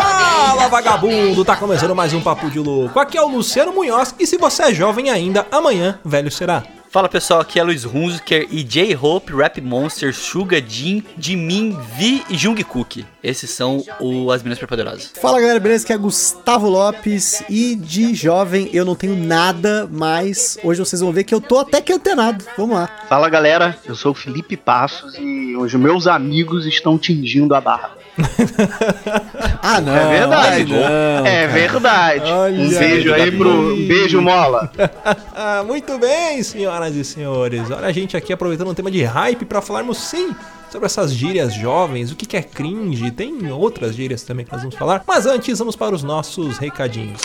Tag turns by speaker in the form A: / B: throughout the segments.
A: Fala vagabundo, tá começando mais um Papo de Louco. Aqui é o Luciano Munhoz e se você é jovem ainda, amanhã velho será.
B: Fala pessoal, aqui é Luiz Hunziker e J-Hope, Rap Monster, Suga Jin, Jimin, Vi e Jungkook. Esses são o, as meninas prepoderosas.
C: Fala galera, beleza? Aqui é Gustavo Lopes e de jovem eu não tenho nada, mas hoje vocês vão ver que eu tô até que antenado. Vamos lá.
D: Fala galera, eu sou o Felipe Passos e os meus amigos estão tingindo a barba.
C: Ah, não.
D: É verdade.
C: não,
D: é verdade.
C: Olha
D: um beijo aí
C: aí.
D: pro. Um beijo, mola.
A: Ah, muito bem, senhoras e senhores. Olha a gente aqui aproveitando um tema de hype pra falarmos sim sobre essas gírias jovens, o que que é cringe, tem outras gírias também que nós vamos falar. Mas antes, vamos para os nossos recadinhos.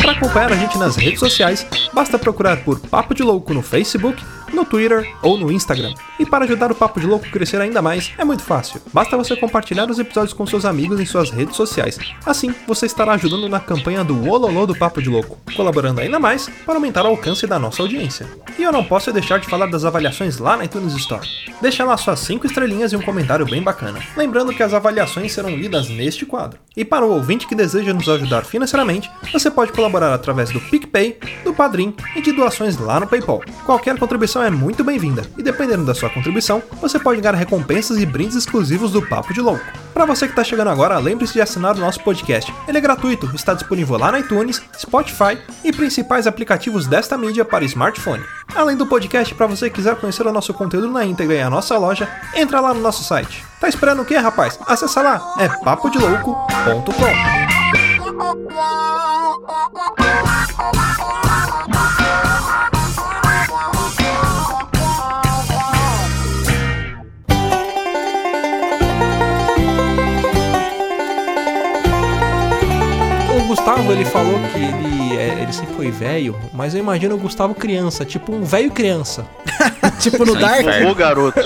A: Para acompanhar a gente nas redes sociais, basta procurar por Papo de Louco no Facebook, no Twitter ou no Instagram. E para ajudar o Papo de Louco a crescer ainda mais, é muito fácil. Basta você compartilhar os episódios com seus amigos em suas redes sociais. Assim, você estará ajudando na campanha do Ololô do Papo de Louco, colaborando ainda mais para aumentar o alcance da nossa audiência. E eu não posso deixar de falar das avaliações lá na iTunes Store. Deixa lá suas 5 estrelinhas e um comentário bem bacana. Lembrando que as avaliações serão lidas neste quadro. E para o ouvinte que deseja nos ajudar financeiramente, você pode colaborar através do PicPay, do Padrim e de doações lá no PayPal. Qualquer contribuição é muito bem-vinda, e dependendo da sua contribuição, você pode ganhar recompensas e brindes exclusivos do Papo de Louco. Para você que está chegando agora, lembre-se de assinar o nosso podcast. Ele é gratuito, está disponível lá na iTunes, Spotify e principais aplicativos desta mídia para smartphone. Além do podcast, para você que quiser conhecer o nosso conteúdo na íntegra e a nossa loja, entra lá no nosso site. Tá esperando o quê, rapaz? Acessa lá, é papodelouco.com. O Gustavo, ele falou que ele, é, ele sempre foi velho, mas eu imagino o Gustavo criança, tipo um velho criança.
C: Tipo no
B: Sai
C: Dark.
B: fora.
D: Ô garoto.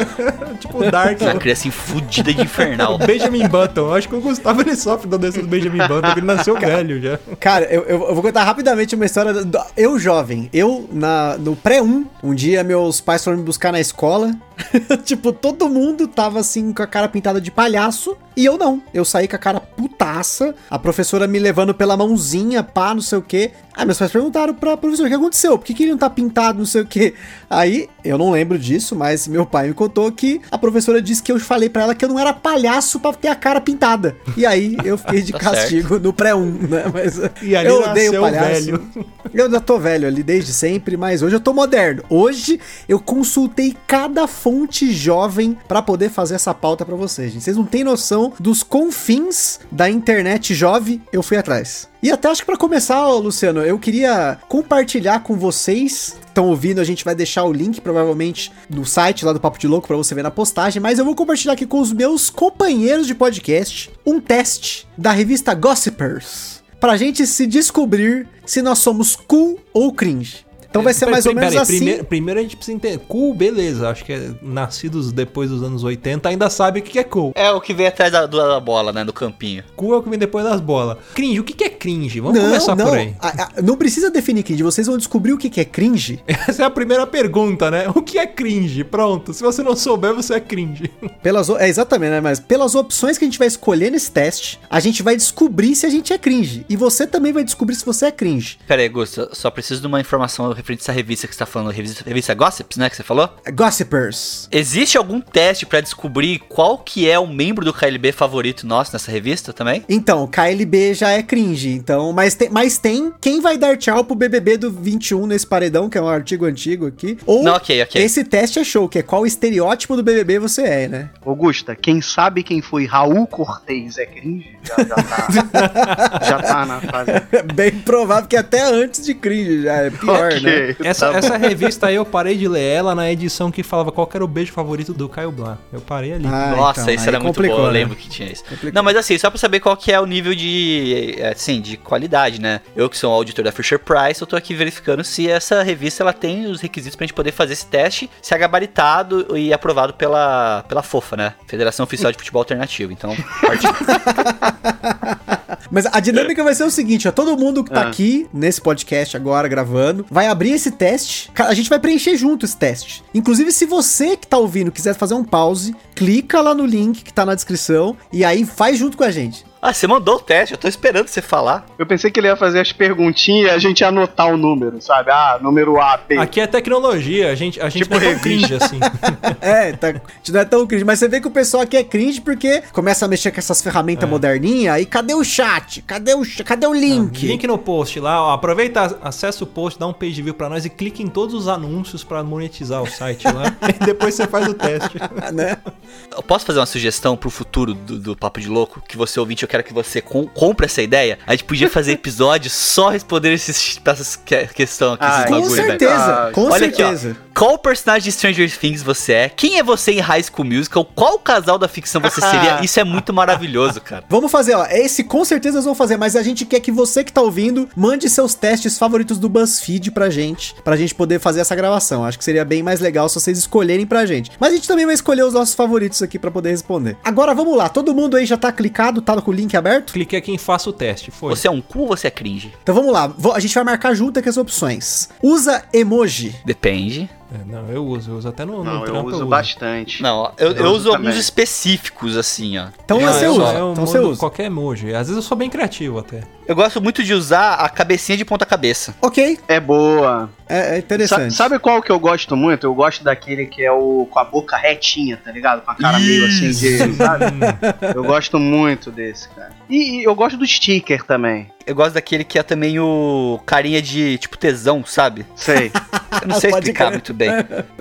A: Tipo um Dark.
B: Uma criança assim, fudida de infernal.
A: Benjamin Button. Eu acho que o Gustavo ele sofre da doença do Benjamin Button, porque ele nasceu velho já.
C: Cara, eu, eu- eu vou contar rapidamente uma história. do- eu, jovem, eu na, no pré-1, um dia meus pais foram me buscar na escola. tipo, todo mundo tava assim com a cara pintada de palhaço. E eu não. Eu saí com a cara putaça. A professora me levando pela mãozinha, pá, não sei o quê. Aí meus pais perguntaram pra professora o que aconteceu, por que, que ele não tá pintado, não sei o quê. Aí, eu não lembro disso, mas meu pai me contou que a professora disse que eu falei pra ela que eu não era palhaço pra ter a cara pintada. E aí eu fiquei de
B: Tá certo.
C: castigo digo, no pré-1, né? Mas
A: E ali
C: eu
A: nasceu
C: odeio
A: o
C: palhaço.
A: velho.
C: Eu já tô velho ali desde sempre, mas hoje eu tô moderno. Hoje eu consultei cada fonte jovem pra poder fazer essa pauta pra vocês, gente. Vocês não têm noção dos confins da internet jovem, eu fui atrás. E até acho que pra começar, ó, Luciano, eu queria compartilhar com vocês que estão ouvindo, a gente vai deixar o link provavelmente no site lá do Papo de Louco pra você ver na postagem, mas eu vou compartilhar aqui com os meus companheiros de podcast um teste da revista Gossipers pra gente se descobrir se nós somos cool ou cringe. Então vai ser
A: Peraí,
C: mais ou
A: peraí,
C: menos
A: peraí.
C: assim.
A: Primeiro, primeiro a gente precisa entender. Cool, beleza. Acho que é, nascidos depois dos anos 80 ainda sabe o que que é cool.
B: É o que veio atrás da, do- da bola, né? Do campinho.
A: Cool é o que vem depois das bolas. Cringe, o que que é cringe? Vamos começar por aí.
C: a- a- não precisa definir cringe, vocês vão descobrir o que, que é cringe.
A: Essa é a primeira pergunta, né? O que é cringe? Pronto. Se você não souber, você é cringe.
C: Pelas, o- é, exatamente, né? Mas pelas opções que a gente vai escolher nesse teste, a gente vai descobrir se a gente é cringe. E você também vai descobrir se você é cringe.
B: Pera aí, Gusto, só preciso de uma informação referente a essa revista que você tá falando. Revista, revista Gossips, né? Que você falou?
C: Gossipers.
B: Existe algum teste pra descobrir qual que é o membro do KLB favorito nosso nessa revista também?
C: Então, KLB já é cringe, então, mas tem, mas tem quem vai dar tchau pro BBB do 21 nesse paredão, que é um artigo antigo aqui. Ou
B: Não, ok, ok.
C: esse teste é show, que é qual estereótipo do BBB você é, né?
D: Augusta, quem sabe quem foi Raul Cortez é cringe? Já, já tá. já tá na fase.
C: É Bem provável que até antes de cringe já é pior,
D: Ok, tá
A: né? Essa, essa revista aí eu parei de ler ela na edição que falava qual que era o beijo favorito do Caio Blá. Eu parei ali.
C: Ah,
B: Nossa,
C: então,
B: isso
C: aí
B: era muito bom,
C: complicou,
B: eu
C: né?
B: lembro que tinha isso.
C: Complicou.
B: Não, mas assim, só pra saber qual que é o nível de, assim, de qualidade, né? Eu que sou um auditor da Fisher Price, eu tô aqui verificando se essa revista, ela tem os requisitos pra gente poder fazer esse teste, se é gabaritado e aprovado pela, pela FOFA, né? Federação Oficial de Futebol Alternativo, então... partiu.
C: Mas a dinâmica vai ser o seguinte, ó, todo mundo que tá
D: Ah.
C: aqui nesse podcast agora gravando, vai abrir esse teste. Cara, A gente vai preencher junto esse teste. Inclusive, se você que tá ouvindo quiser fazer um pause, clica lá no link que tá na descrição e aí faz junto com a gente.
B: ah, você mandou o teste, eu tô esperando você falar.
D: Eu pensei que ele ia fazer as perguntinhas e a gente ia anotar o número, sabe? Ah, número A, B.
A: Aqui é tecnologia, a gente, a gente
D: Tipo
A: não é tão
D: revista.
A: cringe assim.
C: É, tá, a gente não é tão cringe, mas você vê que o pessoal aqui é cringe porque começa a mexer com essas
D: É.
C: ferramentas moderninhas aí cadê o chat? Cadê o, ch- cadê o
D: Ah,
C: link?
A: Link Um no post lá, ó, aproveita, acessa o post, dá um page view pra nós e clique em todos os anúncios pra monetizar o site lá. e depois você faz o teste.
C: né?
B: Eu posso fazer uma sugestão pro futuro do, do Papo de Louco? Que você ouvinte, eu quero que você com- compre essa ideia. A gente podia fazer episódio só responder esses, essas que, questão aqui, esses
D: Ai,
C: Com
B: bagulho, né? velho.
C: certeza,
D: Ah,
C: com
B: Olha
C: certeza.
B: aqui, ó. Qual personagem de Stranger Things você é? Quem é você em High School Musical? Qual casal da ficção você seria? Isso é muito maravilhoso, cara.
C: Vamos fazer, ó. Esse com certeza nós vamos fazer, mas a gente quer que você que tá ouvindo mande seus testes favoritos do BuzzFeed pra gente, pra gente poder fazer essa gravação. Acho que seria bem mais legal se vocês escolherem pra gente. Mas a gente também vai escolher os nossos favoritos aqui pra poder responder. Agora vamos lá, todo mundo aí já tá clicado, tá com o link aberto?
A: Clique aqui em faça o teste. Foi.
B: Você é um cu ou você é cringe?
C: Então vamos lá, Vo- a gente vai marcar junto aqui as opções. Usa emoji.
B: Depende.
A: É, não, eu uso, eu uso até no, no
D: Não, eu
A: trampo,
D: uso bastante.
B: Não, ó, eu, eu
D: Eu
B: uso alguns
D: também.
B: específicos, assim, ó.
C: Então
A: Não,
C: você
A: eu-
C: usa.
A: eu
C: então você
A: mando
C: usa.
A: Qualquer emoji. Às vezes eu sou bem criativo até.
B: Eu gosto muito de usar a cabecinha de ponta-cabeça.
C: Ok,
D: É boa.
C: é, é
D: Sa
C: interessante.
D: sabe qual que eu gosto muito? Eu gosto daquele que é o com a boca retinha, tá ligado? Com a cara meio assim de.
C: Tá.
D: Sabe? Eu gosto muito desse, cara. E, e eu gosto do sticker também.
B: Eu gosto daquele que é também o carinha de, tipo, tesão, sabe?
D: Sei.
B: Eu não sei
C: Pode
B: explicar
C: crer.
B: muito bem.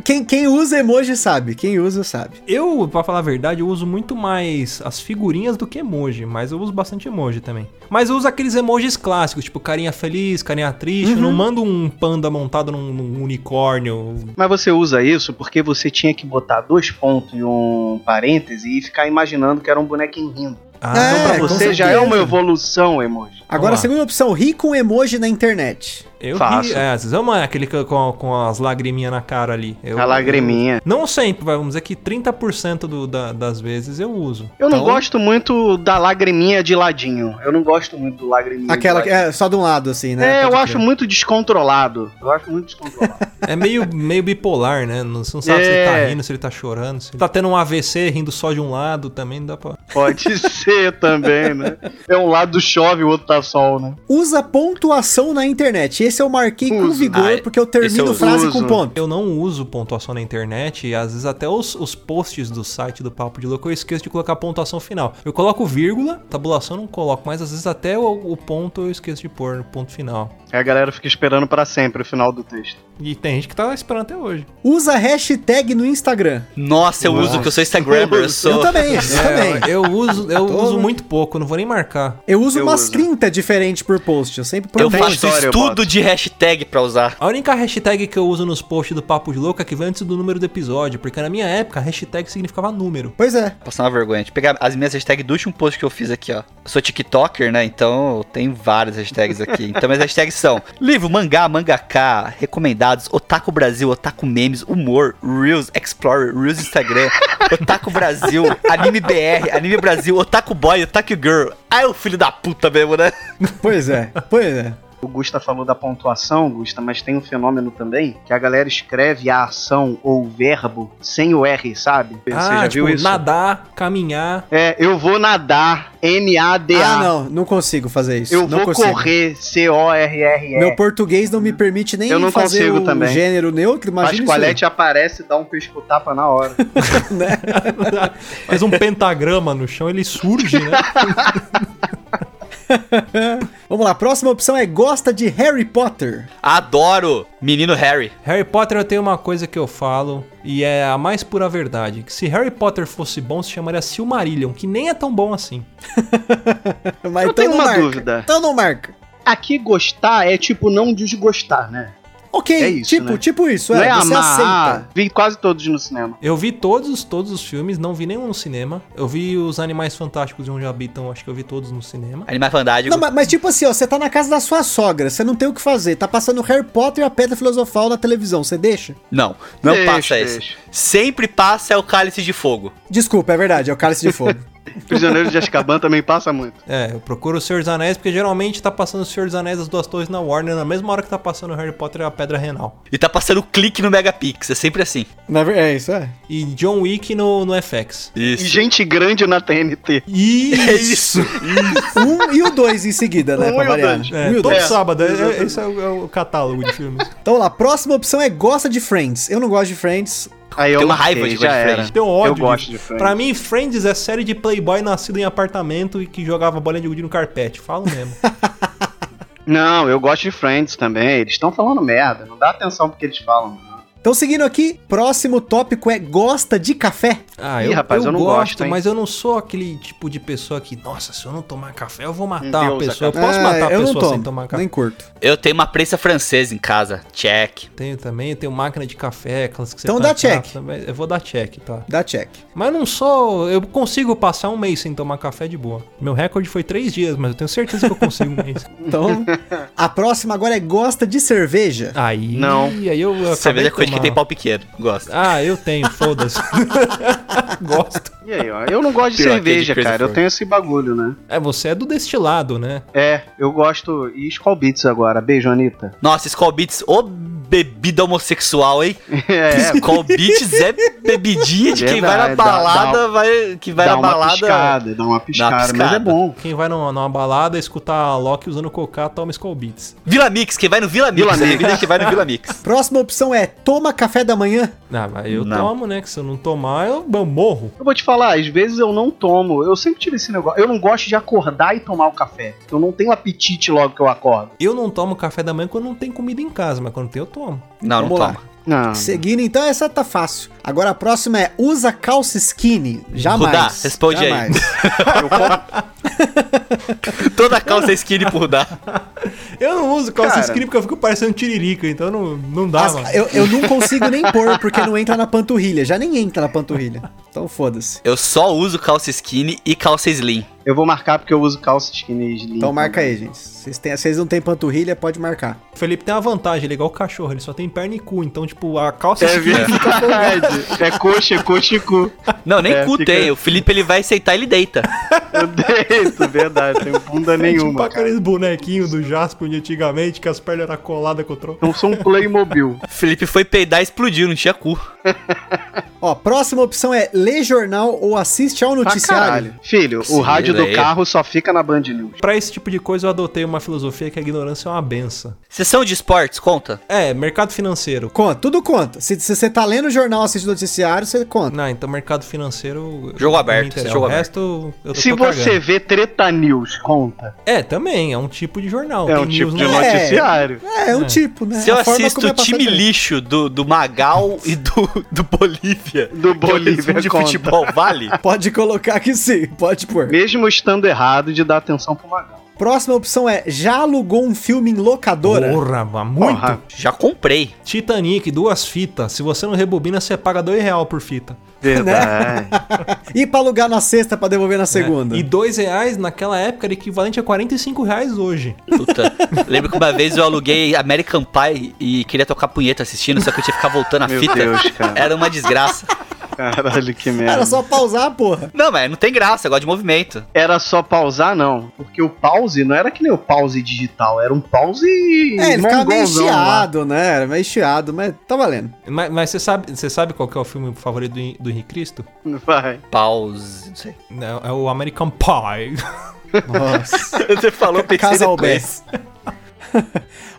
C: Quem, quem usa emoji sabe, quem usa sabe.
A: Eu, pra falar a verdade, eu uso muito mais as figurinhas do que emoji, mas eu uso bastante emoji também. Mas eu uso aqueles emojis clássicos, tipo carinha feliz, carinha triste.
C: Uhum.
A: Eu não mando um panda montado num, num unicórnio.
D: Mas você usa isso porque você tinha que botar dois pontos e um parêntese e ficar imaginando que era um bonequinho rindo.
A: Ah,
C: É,
A: então pra
C: com
D: Você já é uma evolução, emoji.
C: Agora,
A: lá.
C: a segunda opção, ri com emoji na internet.
A: Eu
D: Faço.
A: ri, é, às vezes eu mando aquele que- com, com as lagriminhas na cara ali. Eu-
D: a lagriminha.
A: Não sempre, vai, vamos dizer que 30% do- da- das vezes eu uso.
D: Eu não
C: Então-
D: gosto muito da lagriminha de ladinho. Eu não gosto muito do lagriminha
C: Aquela
D: de
C: que
D: ladinho.
C: é só de um lado, assim, né?
D: É, eu
C: Pode
D: acho muito descontrolado. Eu acho muito descontrolado.
A: É meio, meio bipolar, né? Não- Você não sabe se ele
D: É.
A: tá rindo, se ele tá chorando. Se ele tá tendo um AVC rindo só de um lado também, não dá pra.
D: Pode ser também, né? É um lado chove, o outro tá sol, né?
C: crer. Usa pontuação na internet. Esse eu marquei com
D: Uso.
C: vigor,
B: Ah,
C: porque eu
B: esse
C: termino
B: eu
C: frase
D: uso.
C: com ponto.
A: Eu não uso pontuação na internet e às vezes até os, os posts do site do Papo de Louco eu esqueço de colocar a pontuação final. Eu coloco vírgula, tabulação eu não coloco, mas às vezes até o, o ponto eu esqueço de pôr no ponto final.
D: Aí a galera fica esperando pra sempre o final do texto.
A: E tem gente que tá esperando até hoje.
C: Usa hashtag no Instagram.
B: Nossa, eu uso, que eu sou Instagrammer, É, eu sou...
C: Eu também, eu também.
A: É, eu uso, eu
C: Tô-
A: uso muito pouco, não vou nem marcar.
C: Eu uso
D: Eu
C: umas
D: uso.
C: 30 diferentes por post. Eu sempre
B: Eu
C: ponho-
D: Tem
B: faço
D: história, eu
B: estudo
D: boto.
B: de hashtag pra usar.
A: A única hashtag que eu uso nos posts do Papo de Louco é que vem antes do número do episódio, porque na minha época hashtag significava número.
C: Pois é.
B: Passar uma vergonha. Deixa eu pegar as minhas hashtags do último post que eu fiz aqui, ó. Eu sou TikToker, né? Então eu tenho várias hashtags aqui. Então minhas hashtags são livro, mangá, mangaká, recomendados, Otaku Brasil, Otaku Memes, humor, Reels, Explorer, Reels Instagram, Otaku Brasil, Anime BR, Anime Brasil, Otaku Boy, Otaku Girl. Ai, o filho da puta mesmo, né?
C: Pois é. Pois é.
D: O Gusta falou da pontuação, Gusta, mas tem um fenômeno também que a galera escreve a ação ou o verbo sem o R, sabe? Você
A: ah,
D: já
A: tipo,
D: viu isso?
A: nadar, caminhar.
D: É, eu vou nadar,
C: Ah,
D: N-A-D-A.
C: não. Não consigo fazer isso.
D: eu
C: não
D: vou
C: consigo.
D: correr, C-O-R-R-E.
C: Meu português não me permite nem
D: Eu não
C: fazer
D: consigo
C: o
D: também.
C: gênero neutro, imagina isso aí.
D: Pascoalete aparece e dá um pesco-tapa na hora. Né?
A: Faz um pentagrama no chão, ele surge, né?
C: Vamos lá, a próxima opção é gosta de Harry Potter.
B: Adoro menino Harry.
A: Harry Potter eu tenho uma coisa que eu falo e é a mais pura verdade, que se Harry Potter fosse bom se chamaria Silmarillion, que nem é tão bom assim.
C: Mas
D: Eu
C: então
D: tenho
C: não
D: uma
C: marca.
D: dúvida.
C: Então não marca.
D: Aqui gostar é tipo não desgostar, né?
C: Ok,
D: É isso,
C: tipo,
D: né?
C: tipo isso,
D: Não
C: é,
D: é
C: você
D: amar.
C: aceita.
D: Vi quase todos no cinema.
A: Eu vi todos, os- todos os filmes, não vi nenhum no cinema. Eu vi os Animais Fantásticos e Onde Habitam, acho que eu vi todos no cinema.
B: Animais Fantásticos.
C: Não, mas, mas tipo assim, ó, você tá na casa da sua sogra, você não tem o que fazer, tá passando Harry Potter e a Pedra Filosofal na televisão, você deixa?
B: Não, não
D: Deixa,
B: passa esse.
D: deixa.
B: Sempre passa é o Cálice de Fogo.
C: Desculpa, é verdade, é o Cálice de Fogo.
D: Prisioneiro de Azkaban também passa muito.
A: É, eu procuro o Senhor dos Anéis, porque geralmente tá passando o Senhor dos Anéis das Duas Torres na Warner, na mesma hora que tá passando o Harry Potter e a Pedra Renal.
B: E tá passando clique no Megapix, é sempre assim.
C: Na ver- é isso, é.
A: E John Wick no, no FX.
D: E
B: Isso.
D: gente grande na TNT.
B: É
A: Isso!
B: isso.
C: Um e o dois em seguida, né,
D: Um
C: pra
D: e o
C: variar.
D: dois.
A: É,
C: Um e o
A: todo
C: dois.
A: sábado, é- é- esse é o, é o catálogo de filmes.
C: Então vamos lá, próxima opção é gosta de Friends. Eu não gosto de Friends.
D: Aí eu
B: Tem uma
D: matei,
B: raiva de
D: já
B: Gosto de
D: era.
B: Friends.
A: Tem um ódio.
D: Eu gosto de Friends.
A: Pra mim, Friends é série de playboy nascido em apartamento e que jogava bolinha de gude no carpete. Falo mesmo.
D: Não, eu gosto de Friends também. Eles estão falando merda. Não dá atenção pro que eles falam. não.
C: Então seguindo aqui, próximo tópico é gosta de café.
A: Ah,
D: Ih, rapaz, eu não gosto, hein?
A: mas eu não sou aquele tipo de pessoa que, nossa, se eu não tomar café, eu vou matar uma
D: Deus, a
A: pessoa. Eu
C: É,
A: posso matar a
C: eu não
A: pessoa sem
C: tomo,
A: tomar café.
C: nem curto.
B: Eu tenho uma prensa francesa em casa. Check.
A: Tenho também, eu tenho máquina de café, aquelas que você
C: Então
A: põe
C: dá
A: a capa
C: check.
A: também. Eu vou dar check, tá?
C: Dá check.
A: Mas não sou. Eu consigo passar um mês sem tomar café de boa. Meu recorde foi três dias, mas eu tenho certeza que eu consigo um mês.
C: Então, a próxima agora é gosta de cerveja.
A: Aí.
D: Não.
A: Aí eu. eu acabei
B: Cerveja é
A: de
B: coisa que
A: tomar.
B: tem pau pequeno. Gosto.
A: Ah, eu tenho, foda-se. Gosto.
D: E aí, ó. Eu não gosto de
B: Pior que é
D: cerveja,
B: de Crazy
D: cara. Eu
B: Frog.
D: tenho esse bagulho, né?
A: É, você é do destilado, né?
D: É, eu gosto. E Skull Beats agora. Beijo, Anitta.
B: Nossa, Skull Beats, ô bebida homossexual, hein?
D: É,
B: Skull Beats é bebidinha de quem vai na
D: Verdade, dá- um-
B: balada, vai, que vai
D: dá
B: na
D: uma
B: balada.
D: piscada, dá uma piscada, mas
B: piscada.
D: é bom.
A: Quem vai numa, numa balada escutar Loki usando cocá, toma Skull Beats.
B: Vila Mix, quem vai no Vila Mix.
D: Vila Mix.
B: Bebida que vai no Vila Mix.
C: Próxima opção é toma café da manhã.
A: Ah, mas eu
B: Não.
A: tomo, né? Que se eu não tomar, eu, eu morro.
D: Eu vou te falar, às vezes eu não tomo. Eu sempre tive esse negócio. Eu não gosto de acordar e tomar o café. Eu não tenho apetite logo que eu acordo.
A: Eu não tomo café da manhã quando não tem comida em casa, mas quando tem, eu tomo.
B: Não, não
C: Vamos lá.
B: toma.
D: Não.
B: Ah,
C: Seguindo, então essa tá fácil. Agora a próxima é usa calça skinny. Jamais.
B: Rudá, responde aí.
C: jamais. aí.
B: Toda calça é skinny por dar.
A: Eu não uso calça
D: Cara.
A: skinny porque eu fico parecendo tiririca, então não, não dá, mano.
C: eu, eu não consigo nem pôr porque não entra na panturrilha. Já nem entra na panturrilha. Então foda-se.
B: Eu só uso calça skinny e calça slim.
D: Eu vou marcar porque eu uso calça skinny slim.
C: Então marca aí, gente. Vocês têm- Vocês não têm panturrilha, pode marcar.
A: O Felipe tem uma vantagem, ele é igual o cachorro, ele só tem perna e cu, então, tipo, a calça
D: É
A: skinny fica
D: verdade. É coxa, é coxa e cu.
B: Não, nem
D: É,
B: cu
D: fica-
B: tem. O Felipe ele vai sentar ele deita.
D: Eu deito, verdade. Tem bunda
A: tipo
D: nenhuma. Cara.
A: aqueles bonequinhos do Jasper de antigamente, que as pernas eram coladas com o tronco.
D: Não sou um Playmobil.
B: O Felipe foi peidar e explodiu, não tinha cu.
C: Ó, próxima opção é lê jornal ou assiste ao
D: Pra
C: noticiário.
D: caralho. Filho,
B: Sim,
D: o rádio do
B: daí.
D: carro só fica na Band News.
A: Pra esse tipo de coisa, eu adotei uma filosofia que a ignorância é uma benção.
B: Sessão de esportes, conta.
A: É, mercado financeiro.
C: Conta, tudo conta. Se se você tá lendo o jornal, assiste o noticiário, você conta.
A: Não, então mercado financeiro. eu-
B: Jogo
A: não
B: aberto,
A: me interessa.
B: esse jogo
A: o
B: aberto.
A: resto eu tô
D: Se você
A: cagando.
D: vê Treta News, conta.
A: É, também, é um tipo de jornal.
D: É
A: tem
D: um tipo
A: news
D: de
A: no-
C: notícia.
D: noticiário.
C: É, é um
A: É.
C: tipo, né?
B: Se eu
C: A forma
B: assisto
C: como é
B: o time
C: passado.
B: lixo do, do Magal e do, do Bolívia.
D: Do
B: que é o resumo
D: Bolívia
B: de
D: conta.
B: futebol vale?
C: Pode colocar que sim, pode pôr.
D: Mesmo estando errado de dar atenção pro Magal.
C: Próxima opção é: já alugou um filme em locadora?
A: Porra, mas muito.
D: Porra.
B: Já comprei.
A: Titanic, duas fitas. Se você não rebobina, você paga dois real por fita.
D: Verdade.
C: E pra alugar na sexta pra devolver
D: É,
C: na segunda?
A: E dois reais naquela época era equivalente a 45 reais hoje.
B: Puta, lembro que uma vez eu aluguei American Pie e queria tocar punheta assistindo, só que eu tinha que ficar voltando a
D: Meu
B: fita.
D: Deus, cara.
B: Era uma desgraça.
D: Caralho, que merda.
C: Era só pausar, porra.
B: Não, mas não tem graça, eu gosto de movimento.
D: Era só pausar, não. Porque o pause não era que nem o pause digital, era um pause.
C: É, ele ficava meio
D: mongolzão lá.
C: chiado, né? Era meio chiado, mas tá valendo.
A: Mas, mas você, sabe, você sabe qual que é o filme favorito do, Hen- do Henrique Cristo?
D: Vai.
B: Pause, não sei.
A: Não, É o American Pie.
C: Nossa.
B: Você falou, pensei depois.
C: Casa Albés.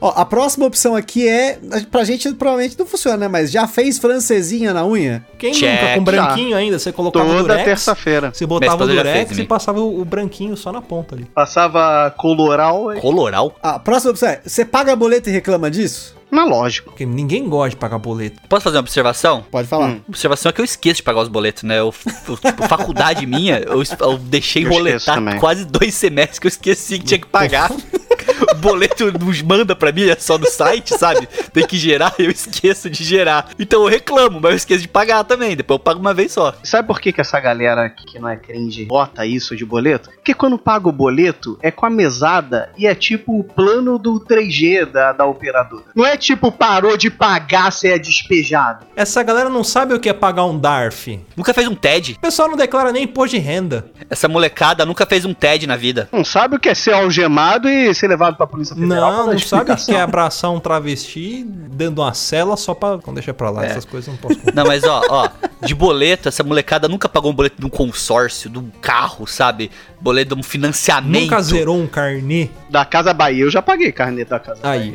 C: Ó, a próxima opção aqui é. Pra gente provavelmente não funciona, né? Mas já fez francesinha na unha?
A: Quem
B: Check.
A: nunca? Com branquinho ainda? Você colocava o
D: Toda
A: durex?
D: terça-feira.
A: Você
B: Minha
A: botava o
B: esposa já
A: durex
B: fez em
A: e
B: mim.
A: passava o, o branquinho só na ponta ali.
D: Passava coloral. e-
B: Coloral?
C: A próxima opção é: você paga a boleta e reclama disso?
D: Mas lógico.
A: Porque ninguém gosta de pagar boleto.
B: Posso fazer uma observação?
C: Pode falar.
D: Hum.
B: Observação é que eu esqueço de pagar os boletos, né? Eu, eu, tipo, faculdade minha, eu, es- eu deixei
D: Eu esqueço
B: roletar
D: também.
B: quase dois semestres que eu esqueci que tinha que pagar. o boleto nos manda pra mim, é só no site, sabe? Tem que gerar, eu esqueço de gerar. Então eu reclamo, mas eu esqueço de pagar também. Depois eu pago uma vez só.
D: Sabe por que, que essa galera que não é cringe bota isso de boleto? Porque quando paga o boleto, é com a mesada e é tipo o plano do 3G da, da operadora. Não é tipo parou de pagar, você é despejado.
A: Essa galera não sabe o que é pagar um DARF.
B: Nunca fez um TED.
A: O pessoal não declara nem imposto de renda.
B: Essa molecada nunca fez um TED na vida.
D: Não sabe o que é ser algemado e ser levado pra polícia federal. pra
A: Não,
D: dar
A: não sabe o que
D: explicação.
A: é abraçar um travesti dando uma cela só pra. Não, deixa pra lá,
B: É.
A: essas coisas eu não posso contar.
B: Não, mas ó, ó, de boleto, essa molecada nunca pagou um boleto de um consórcio, de um carro, sabe? Boleto de um financiamento.
A: Nunca zerou um carnê.
D: Da Casa Bahia, eu já paguei carnê da Casa
A: Aí.
D: Bahia.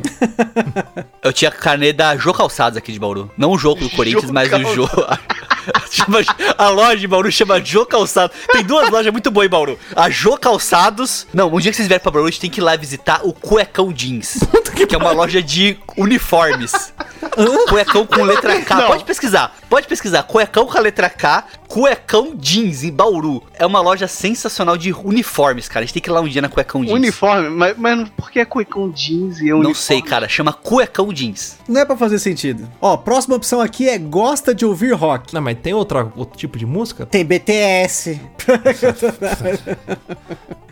B: Eu tinha carnê da Jô Calçados aqui de Bauru. Não o jogo do Corinthians, mas o Jô. Chama- a loja de Bauru chama Jô Calçados. Tem duas lojas muito boas em Bauru. A Jô Calçados. Não, um dia que vocês vierem pra Bauru, a gente tem que ir lá visitar o Cuecão Jeans. Que, é uma loja de uniformes. Cuecão com letra K.
D: Não.
B: Pode pesquisar. Pode pesquisar. Cuecão com a letra K. Cuecão Jeans em Bauru. É uma loja sensacional de uniformes, cara. A gente tem que ir lá um dia na Cuecão Jeans.
D: Uniforme, mas, mas não- por que é cuecão jeans e eu
B: Não sei, cara. Chama Cuecão Jeans.
C: Não é pra fazer sentido. Ó, próxima opção aqui é gosta de ouvir rock.
A: Não, mas tem outra, outro tipo de música?
C: Tem BTS.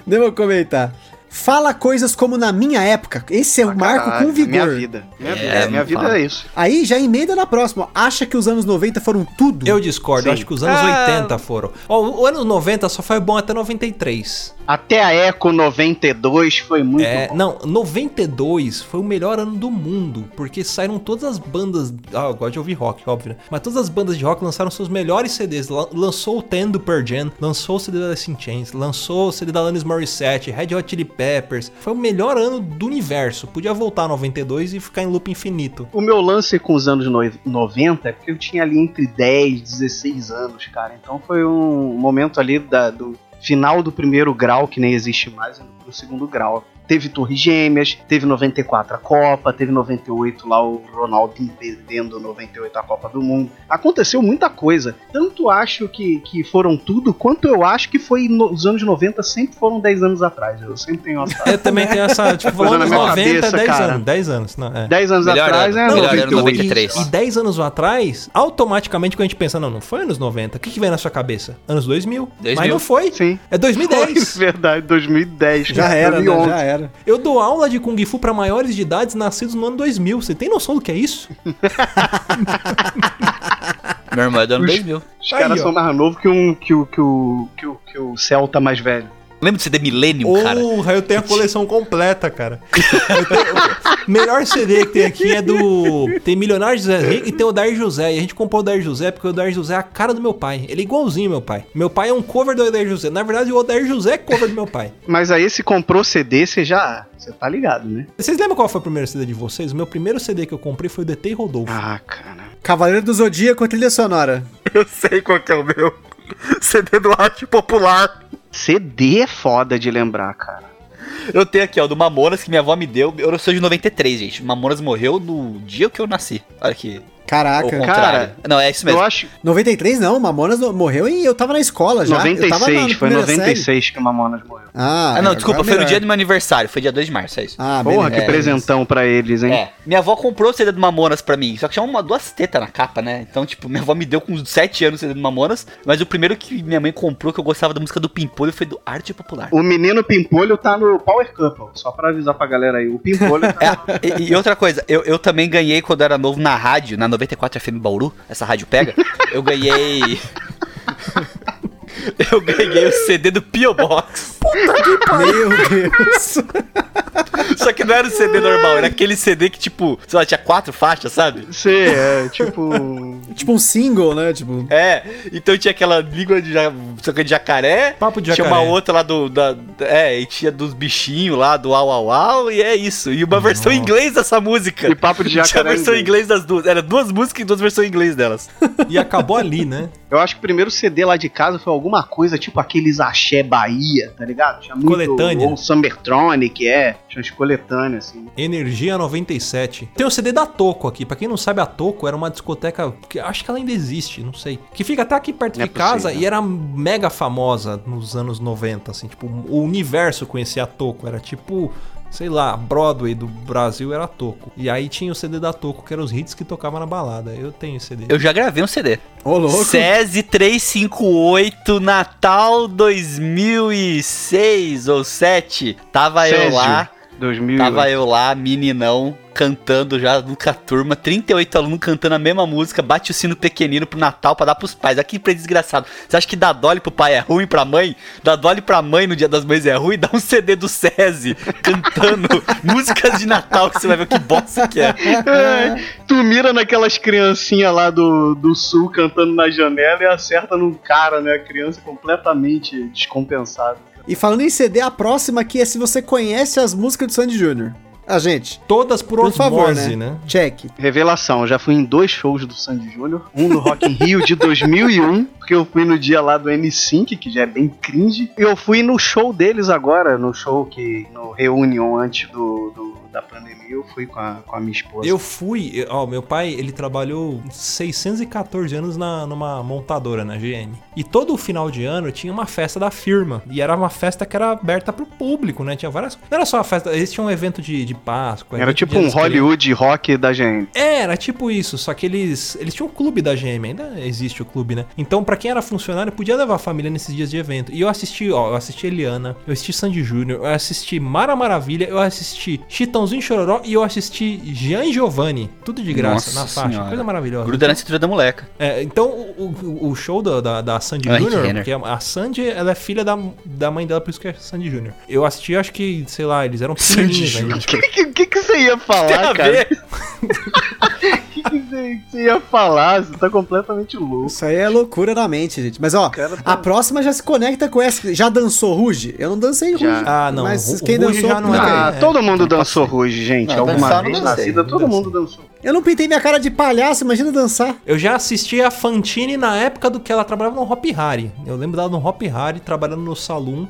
C: Devo comentar. Fala coisas como na minha época. Esse é o marco com vigor.
D: Ah, Minha vida. Minha vida,
B: É,
D: minha vida
B: fala.
D: é isso.
C: Aí já emenda na próxima. ó. Acha que os anos 90 foram tudo?
A: Eu discordo,
D: Sim.
A: acho que os anos
B: Ah.
A: 80 foram. Ó, o ano 90 só foi bom até 93.
D: Até a Eco 92 foi muito
A: É,
D: bom.
A: não, 92 foi o melhor ano do mundo, porque saíram todas as bandas. Ah, eu gosto de ouvir rock, óbvio, né? Mas todas as bandas de rock lançaram seus melhores CDs. Lan- Lançou o Ten do Pearl Jam, lançou o CD da Alice in Chains, lançou o CD da Alanis Morissette, Red Hot Chili Peppers. Foi o melhor ano do universo. Podia voltar a 92 e ficar em loop infinito.
D: O meu lance com os anos noi- 90 é porque eu tinha ali entre 10, 16 anos, cara. Então foi um momento ali da- do final do primeiro grau, que nem existe mais, indo pro segundo grau. Teve Torres Gêmeas, teve 94 a Copa, teve 98 lá o Ronaldo perdendo 98 a Copa do Mundo. Aconteceu muita coisa. Tanto acho que, que foram tudo, quanto eu acho que foi no- os anos 90 sempre foram 10 anos atrás. Eu sempre tenho essa.
A: Eu também tenho essa, tipo,
D: Coisa na
A: anos
D: minha
A: 90,
D: cabeça,
A: 10
D: cara.
A: anos, 10 anos, não, é.
D: 10 anos
B: Melhor
D: atrás
B: ano,
D: é
B: melhor ano,
D: 98.
B: 93.
A: E 10 anos atrás, automaticamente quando a gente pensa, não, não foi anos 90, o que, que vem na sua cabeça? Anos 2000.
B: 2000.
A: Mas não foi.
D: Sim.
A: É 2010.
D: Foi, verdade, 2010.
C: Já
D: cara,
C: era, né?
D: 2011.
C: Já era.
A: Eu dou aula de Kung Fu pra maiores de idades nascidos no ano 2000. Você tem noção do que é isso?
B: Meu irmão é do ano 2000.
D: Os
A: Aí,
D: caras
A: ó.
D: são mais novos que, um, que, o- que, o- que, o- que o Celta mais velho.
B: Lembra do CD Millennium, um cara?
A: Porra, eu tenho a coleção completa, cara. Eu tenho- o melhor CD que tem aqui é do. Tem Milionário José Rico e tem o Dair José. E a gente comprou o Dair José porque o Dair José é a cara do meu pai. Ele é igualzinho meu pai. Meu pai é um cover do Dair José. Na verdade, o Odair José é cover do meu pai.
D: Mas aí se comprou CD, você já. Você tá ligado, né?
A: Vocês lembram qual foi o primeiro CD de vocês? O meu primeiro CD que eu comprei foi o DT Rodolfo.
D: Ah, cara.
C: Cavaleiro do Zodíaco, trilha sonora.
B: Eu sei qual que é o meu. CD do arte popular.
D: CD é foda de lembrar, cara.
B: Eu tenho aqui, ó, do Mamonas, que minha avó me deu. Eu sou de 93, gente. Mamonas morreu no dia que eu nasci. Olha aqui. Ao
C: Caraca.
B: contrário. Não, é isso mesmo.
D: Eu acho.
C: 93 não, Mamonas no- morreu e eu tava na escola já. eu tava na
D: 96, foi
C: primeira
D: 96
C: série.
D: que o Mamonas morreu.
C: Ah,
B: Ah, não,
C: agora
B: desculpa.
C: é
B: Foi no
C: melhor.
B: dia do meu aniversário. Foi dia 2 de março, é isso.
C: Ah,
D: Porra,
C: beleza.
D: que presentão pra eles, hein?
B: É, minha avó comprou o CD do Mamonas pra mim, só que tinha uma, duas tetas na capa, né? Então, tipo, minha avó me deu com 7 anos o CD do Mamonas, mas o primeiro que minha mãe comprou, que eu gostava da música do Pimpolho, foi do Arte Popular.
D: O menino Pimpolho tá no Power Couple, só pra avisar pra galera aí. O Pimpolho tá.
B: É, e, e outra coisa, eu, eu também ganhei quando era novo na rádio, na 94 FM Bauru, essa rádio pega, eu ganhei. eu ganhei o CD do Pio Box.
C: Meu Deus.
B: Só que não era o CD normal, era aquele CD que, tipo, sei lá, tinha quatro faixas, sabe?
D: Você é tipo.
C: tipo um single, né? Tipo,
B: É, então tinha aquela língua de, ja- só que de jacaré.
A: Papo de
B: Tinha
A: jacaré.
B: uma outra lá do. Da, é, e tinha dos bichinhos lá, do au au au, e é isso. E uma versão em inglês dessa música.
D: E papo de
B: Tinha a
D: jacaré em
B: versão em
D: inglês.
B: inglês das duas. Era duas músicas e duas versões em inglês delas.
A: E acabou ali, né?
D: Eu acho que o primeiro CD lá de casa foi alguma coisa tipo aqueles Axé Bahia, tá ligado? Tinha muito,
A: Coletânea.
D: Ou Sambertronic, é. Tinha umas coletâneas, assim.
A: Energia 97. Tem o CD da Toco aqui. Pra quem não sabe, a Toco era uma discoteca que acho que ela ainda existe, não sei. Que fica até aqui perto
D: Não é
A: de casa
D: possível.
A: e era mega famosa nos anos 90, assim, tipo, o universo conhecia a Toco, era tipo sei lá, Broadway do Brasil era Toco. E aí tinha o CD da Toco, que eram os hits que tocavam na balada. Eu tenho esse CD.
B: Eu já gravei um CD.
C: Ô, louco.
B: SESI 358, Natal 2006 ou 7. Tava eu
D: Sésio.
B: lá,
D: 2000.
B: tava eu lá, meninão, cantando já no com a turma. 38 alunos cantando a mesma música. Bate o sino pequenino pro Natal pra dar pros pais. Aqui pra desgraçado. Você acha que dar dole pro pai é ruim pra mãe? Dar dole pra mãe no dia das mães é ruim? Dá um CD do SESI cantando músicas de Natal que você vai ver que bosta que é.
D: É, tu mira naquelas criancinhas lá do, do sul cantando na janela e acerta num cara, né? A criança completamente descompensada.
C: E falando em CD, a próxima aqui é se você conhece as músicas do Sandy Jr. Ah, gente,
A: Todas por,
C: por
A: osmose,
C: favor, né?
A: né?
C: Check.
D: Revelação, eu já fui em dois shows do Sandy Júnior, um do Rock in Rio de 2001, porque um, eu fui no dia lá do N5, que já é bem cringe, e eu fui no show deles agora, no show que, no reunião antes do, do- da pandemia, eu fui com a, com a minha esposa.
A: Eu fui, eu- ó, meu pai, ele trabalhou 614 anos na, numa montadora, na GM. E todo final de ano tinha uma festa da firma. E era uma festa que era aberta pro público, né? Tinha várias. Não era só a festa, eles tinham um evento de, de Páscoa.
D: Era
A: evento
D: tipo
A: de
D: um
A: Dia das Crianças.
D: Hollywood rock da GM.
A: É, Era tipo isso, só que eles eles tinham um clube da GM, ainda existe o clube, né? Então, pra quem era funcionário, podia levar a família nesses dias de evento. E eu assisti, ó, eu assisti Eliana, eu assisti Sandy Júnior, eu assisti Mara Maravilha, eu assisti Chitãozinho e Chororó e eu assisti Jean e Giovanni. Tudo de graça,
B: Nossa
A: na faixa,
B: Senhora.
A: coisa maravilhosa.
B: Gruda na cintura da moleca.
A: É, então, o, o- o show da, da, da Sandy
B: Ai, que
A: Júnior,
B: pena.
A: porque a, a Sandy, ela é filha da, da mãe dela, por isso que é Sandy Júnior. Eu assisti, acho que, sei lá, eles eram pequenininhos ainda.
D: O que, que, que, que você ia falar, cara? O que, que você que você ia falar? Você tá completamente louco.
C: Isso aí é loucura da mente, gente. Mas ó,
D: cara tá-
C: a próxima já se conecta com essa. Já dançou Ruge? Eu não dancei Ruge.
D: Já.
A: Ah, não,
C: Mas
A: Ru-
C: quem
A: Ruge
C: dançou
A: já não é.
C: Ah,
A: era-
D: Ah,
B: é,
D: todo mundo dançou Ruge, gente.
B: Não,
D: Alguma
B: dançar eu
D: vez
B: não
D: na
B: dancei,
D: vida,
B: não
D: todo
A: dancei.
D: mundo dançou.
C: Eu não pintei minha cara de palhaço, imagina dançar.
A: Eu já assisti a Fantine na época do que ela trabalhava no Hop Hari. Eu lembro dela no Hop Hari trabalhando no Saloon.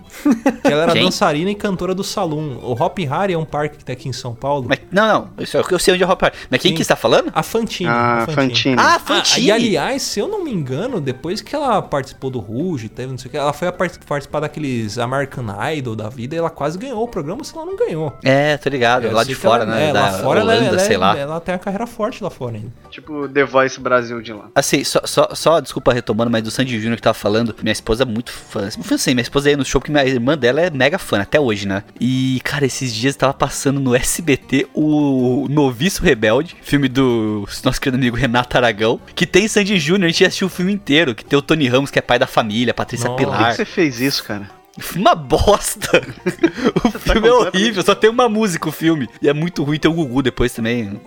A: Que ela era
B: Quem?
A: dançarina e cantora do Saloon. O Hop Hari é um parque que tem aqui em São Paulo.
B: Mas- não, não, isso é o que eu sei onde é o Hop Hari. Mas quem
A: Sim.
B: que está falando?
A: A Fantine.
D: Ah,
A: a
D: Fantini.
B: Ah,
A: Ah,
B: Fantini.
A: e aliás, se eu não me engano, depois que ela participou do Ruge, teve não sei o que, ela foi a part- participar daqueles American Idol da vida e ela quase ganhou o programa, se ela não ganhou.
B: É, tô ligado,
A: Eu
B: lá
A: sei
B: de
A: que
B: fora,
A: ela-
B: né?
A: É,
B: da
A: lá fora ela,
B: Holanda,
A: ela,
B: sei lá.
A: ela tem uma carreira forte lá fora ainda.
D: Tipo The Voice Brasil de lá.
B: Assim, só, só, só, desculpa retomando, mas do Sandy Júnior que tava falando, minha esposa é muito fã. Não foi assim, minha esposa ia no show, porque minha irmã dela é mega fã, até hoje, né? E, cara, esses dias tava passando no SBT o Noviço Rebelde, filme do nosso querido amigo Renato Aragão, que tem Sandy Júnior, a gente assistiu o filme inteiro, que tem o Tony Ramos, que é pai da família, a Patrícia
A: Nossa.
D: Por que
B: Pilar.
D: você fez isso, cara?
B: é Uma bosta! o
D: tá
B: filme é
D: completamente-
B: horrível, só tem uma música o filme. E é muito ruim, tem o Gugu depois também.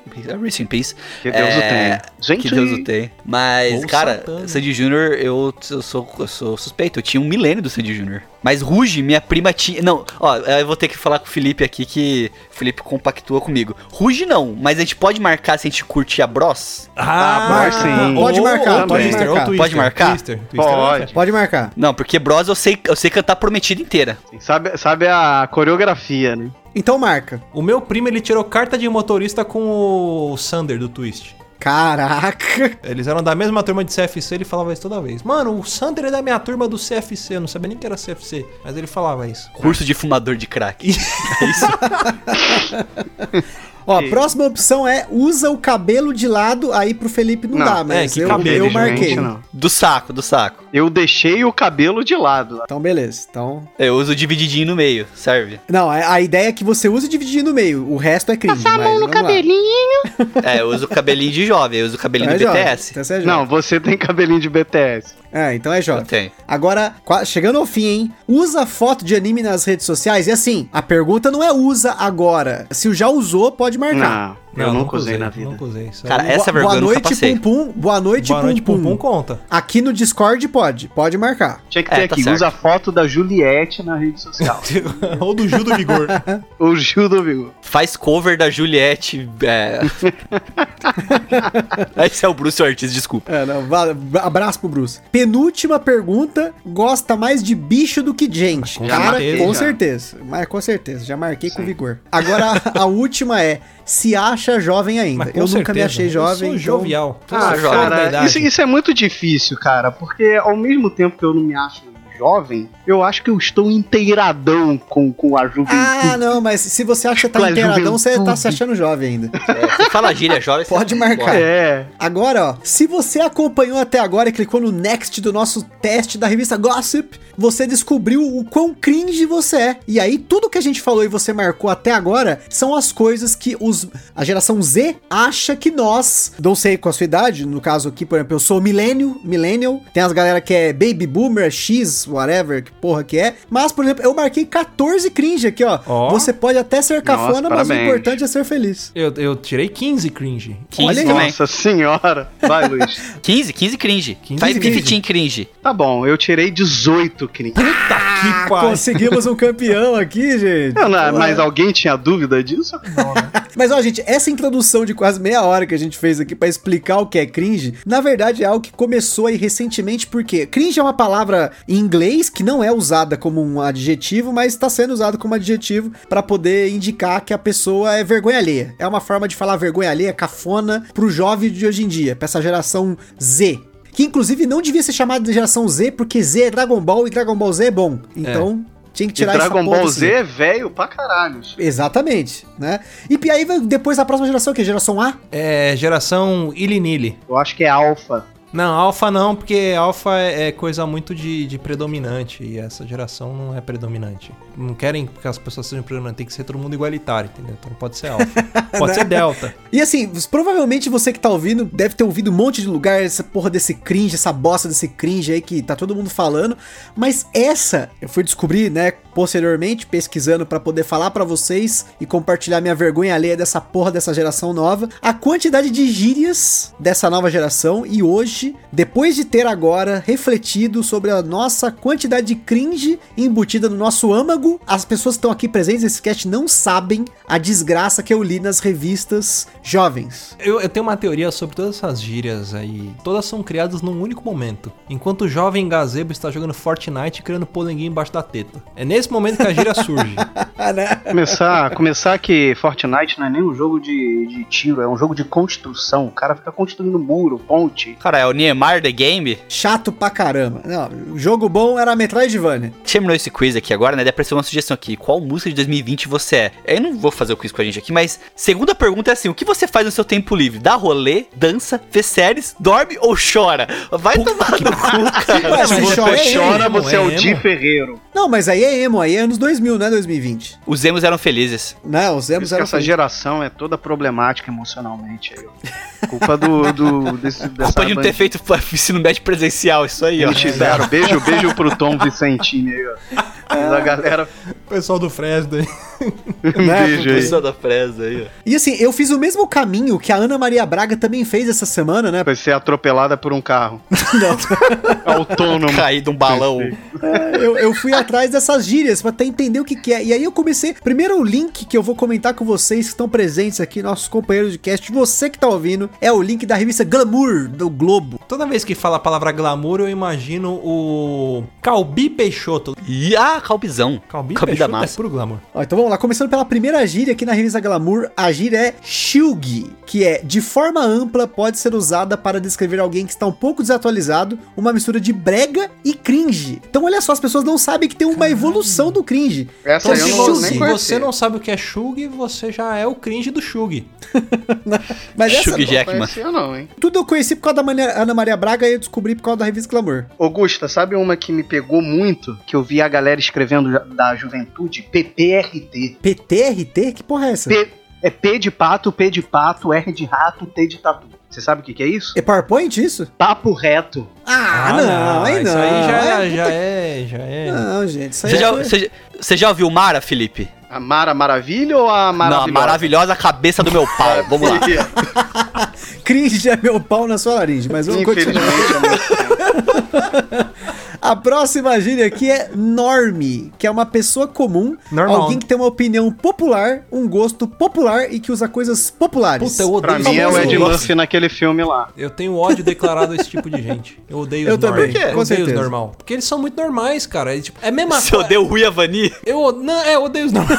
B: Rest in Peace.
D: Que Deus
B: É,
D: o tenha. Gente,
B: Que Deus o tenha. Mas,
A: Ou
B: cara,
A: Santana.
B: Sandy Júnior, eu, eu sou, eu sou suspeito. Eu tinha um milênio do Sandy Júnior. Mas Ruge, minha prima tinha. Não, ó, eu vou ter que falar com o Felipe aqui que o Felipe compactua comigo. Ruge não, mas a gente pode marcar se a gente curtir a Bros?
A: Ah,
D: marca sim.
C: Pode marcar,
A: ou
D: pode
A: Twister, ou
C: marcar.
A: Twister,
B: Pode marcar?
A: Twister, Twister,
D: Pode.
A: né?
C: Pode marcar.
B: Não, porque Bros eu sei, eu sei cantar prometida inteira.
D: Sabe, sabe a coreografia, né?
C: Então marca.
A: O meu primo, ele tirou carta de motorista com o Sander do Twist.
C: Caraca.
A: Eles eram da mesma turma de CFC, ele falava isso toda vez. Mano, o Sander é da minha turma do CFC, eu não sabia nem que era CFC, mas ele falava isso.
B: Curso de fumador de crack.
C: Ó, a
D: Que-
C: próxima opção é usa o cabelo de lado, aí pro Felipe não,
D: Não,
C: dá, mas
A: É, que
C: eu,
A: cabelo,
C: eu
D: Infelizmente,
C: marquei.
D: não.
B: Do saco, do saco.
D: Eu deixei o cabelo de lado.
C: Então beleza. Então,
B: Eu uso o divididinho no meio, serve.
C: não, a a ideia é que você usa e divide no meio, o resto é cringe, mas vamos lá.
B: É, eu uso o cabelinho de jovem, eu uso o cabelinho
C: Então é
B: do
C: J,
B: BTS.
C: Então você é J.
D: Não, você tem cabelinho de BTS.
C: É, então é
B: Eu
C: J.
B: tenho.
C: Agora, qua- chegando ao fim, hein? Usa foto de anime nas redes sociais? E assim, a pergunta não é usa agora. Se já usou, pode marcar.
D: Não, eu nunca usei na vida.
A: Nunca usei. Isso é
B: Cara,
A: aí-
B: essa é vergonha eu
C: boa
B: nunca
C: noite,
B: passei.
C: Pum Pum. Boa noite,
A: Boa
C: Pum
A: noite,
C: Pum.
A: Pum Pum conta.
C: Aqui no Discord pode, pode marcar.
D: Tinha que
B: É,
D: ter
B: tá
D: aqui,
B: certo.
D: usa a foto da Juliette na rede social.
A: Ou do Gil do Vigor.
D: o Gil do Vigor.
B: Faz cover da Juliette. É... Esse é o Bruce Ortiz, desculpa.
C: É, não, vale- abraço pro Bruce. Penúltima pergunta: gosta mais de bicho do que gente?
A: Ah, Com
C: Cara,
A: certeza.
C: com certeza. Mas com certeza, já marquei com vigor. Agora a, a última é: se acha jovem ainda?
A: Mas com
C: Eu nunca me
A: certeza,
C: achei jovem.
A: Eu sou
C: então-
A: jovial. Eu
D: Ah,
A: sou flor da
D: cara,
A: idade.
D: isso, isso é muito difícil, cara, porque ao mesmo tempo que eu não me acho jovem, eu acho que eu estou inteiradão com, com a juventude.
C: Ah, não, mas se você acha que tá
D: Claro,
C: inteiradão, você tá
D: juventude.
C: se achando jovem ainda.
B: É, você fala gíria jovem, você
C: Pode
B: tá
C: marcar.
B: embora.
D: é.
C: Agora, ó, se você acompanhou até agora e clicou no next do nosso teste da revista Gossip, você descobriu o quão cringe você é. E aí, tudo que a gente falou e você marcou até agora são as coisas que os, a geração Z acha que nós, não sei com a sua idade, no caso aqui, por exemplo, eu sou millennial, millennial, tem as galera que é baby boomer, X, whatever, que porra que é. Mas, por exemplo, eu marquei 14 cringe aqui, ó.
A: Ó.
C: Você pode até ser cafona, mas o
D: parabéns.
C: importante é ser feliz.
A: Eu, eu tirei 15 cringe.
B: 15
C: Olha aí,
B: também.
D: Nossa senhora. Vai, Luiz.
B: 15, 15 cringe.
A: 15
B: Faz
A: cringe.
B: 15 cringe.
D: Tá bom, eu tirei 18, Cris.
A: Puta que pariu.
C: Ah, Conseguimos um campeão aqui, gente.
D: Não, não, mas alguém tinha dúvida disso? Não, né?
C: Mas ó, gente, essa introdução de quase meia hora que a gente fez aqui pra explicar o que é cringe, na verdade é algo que começou aí recentemente, porque cringe é uma palavra em inglês que não é usada como um adjetivo, mas tá sendo usado como adjetivo pra poder indicar que a pessoa é vergonha alheia. É uma forma de falar vergonha alheia, cafona, pro jovem de hoje em dia, pra essa geração Z. Que inclusive não devia ser chamada de geração Z, porque Z é Dragon Ball e Dragon Ball Z é bom. Então, tinha que
D: É. E
C: tirar essa
D: Dragon
C: porra
D: Ball
C: desse
D: Z é velho pra caralho.
C: Exatamente, né? E pi- aí vai- depois a próxima geração, que é geração A?
A: É, geração Ilinili.
D: Eu acho que é alfa.
A: Não, alfa não, porque alfa é é coisa muito de, de predominante. E essa geração não é predominante. Não querem que as pessoas sejam predominantes. Tem que ser todo mundo igualitário, entendeu? Então não pode ser alfa. pode ser delta.
C: E assim, s- provavelmente você que tá ouvindo deve ter ouvido um monte de lugar essa porra desse cringe, essa bosta desse cringe aí que tá todo mundo falando, mas essa eu fui descobrir, né, posteriormente pesquisando pra poder falar pra vocês e compartilhar minha vergonha alheia dessa porra dessa geração nova, a quantidade de gírias dessa nova geração e hoje, depois de ter agora refletido sobre a nossa quantidade de cringe embutida no nosso âmago, as pessoas que estão aqui presentes nesse cast não sabem a desgraça que eu li nas revistas jovens.
A: Eu, eu tenho uma teoria sobre todas essas gírias aí. Todas são criadas num único momento. Enquanto o jovem gazebo está jogando Fortnite e criando polenguinho embaixo da teta. É nesse momento que a gíria surge.
D: né? Começar, começar que Fortnite não é nem um jogo de, de tiro, é um jogo de construção. O cara fica construindo muro, ponte.
B: Cara, é o Niemeyer The Game.
C: Chato pra caramba. Não, o jogo bom era Metroidvania.
B: Terminou esse quiz aqui agora, né? Deve aparecer uma sugestão aqui. Qual música de 2020 você é? Eu não vou fazer o quiz com a gente aqui, mas segunda pergunta é assim: o que você faz no seu tempo livre? Dá rolê, dança, vê séries, dorme ou chora? Vai tomar no cu, cara.
C: Mas
A: Não,
C: você
A: você
C: chora é emo.
A: chora- emo,
D: você é,
A: é
D: o
A: emo.
D: Di Ferreiro.
C: Não, mas aí é emo, aí é anos 2000, não é 2020.
B: Os emos eram felizes.
C: Não, Né, os
D: Por
C: emos
D: isso que
C: eram...
D: essa geração é toda problemática emocionalmente. Aí, ó. Culpa do, do desse, dessa
B: Culpa de não ter
D: banda
B: feito ensino médio presencial, isso aí,
D: que
B: ó.
D: eles fizeram. Beijo, beijo pro Tom Vicentini aí, ó. Mas a galera.
A: O pessoal do Fresno aí.
D: Um
C: É. Né,
D: beijo aí.
B: Pessoa da presa aí, ó.
C: E assim, eu fiz o mesmo caminho que a Ana Maria Braga também fez essa semana, né?
D: Vai ser atropelada por um carro. É
C: Não.
D: Autônomo.
B: Cair de um balão.
C: eu, eu fui atrás dessas gírias pra até entender o que, que é. E aí eu comecei. Primeiro o link que eu vou comentar com vocês que estão presentes aqui, nossos companheiros de cast, você que tá ouvindo, é o link da revista Glamour do Globo.
A: Toda vez que fala a palavra glamour, eu imagino o Calbi Peixoto.
B: E ah, calbizão.
A: Calbi
B: Calbi da
A: Peixoto é
B: massa.
A: puro glamour.
C: Ó, então vamos lá, começando pela primeira gíria aqui na revista Glamour, a gíria é shilgi, que é de forma ampla pode ser usada para descrever alguém que está um pouco desatualizado, uma mistura de brega e cringe. Então olha só, as pessoas não sabem que tem uma evolução do cringe.
D: Essa
A: Então,
C: aí
A: se
C: eu
A: vo-
C: nem
A: se
D: conhecia.
A: você não sabe o que é Shug, você já é o cringe do Shug.
C: Mas essa
B: Shug Jackman.
D: conhecia não, hein?
C: tudo eu conheci por causa da Mania- Ana Maria Braga e eu descobri por causa da revista Glamour.
D: Augusta, sabe uma que me pegou muito? Que eu vi a galera escrevendo ju- da juventude? PPRT.
C: PTRT? Que porra é essa?
D: P, é P de pato, P de pato, R de rato, T de tatu. Você sabe o que, que é isso?
C: É PowerPoint isso?
D: Papo reto.
C: Ah, não, aí não.
A: Isso aí já, é,
C: Aí,
A: já
C: puta
A: é, já é.
C: que- Ah. Não, gente, isso aí é
B: Você já,
C: foi-
B: você, já- você já ouviu Mara, Felipe?
D: A Mara Maravilha ou
B: Não,
D: a
B: a
D: Maravilhosa? é
B: maravilhosa cabeça do meu pau. Vamos lá.
C: cringe é meu pau na sua laringe, mas vamos continuar.
D: Infelizmente, amor.
C: A próxima gíria aqui é norme, que é uma pessoa comum,
A: Normal.
C: alguém que tem uma opinião popular, um gosto popular e que usa coisas populares.
A: Puta, eu odeio
D: pra
A: esse
D: mim é o
A: povo.
D: Ed
A: Eu-
D: Murphy naquele filme lá.
A: Eu tenho ódio declarado a esse tipo de gente. Eu odeio
C: Eu
A: os normal.
C: também, com
A: Eu odeio os
C: certeza.
A: normal. Porque eles são muito normais, cara. É, tipo, é a mesma
B: Você
A: coisa.
B: odeia o Rui Avani?
A: Eu, o- não, é, eu odeio os normal.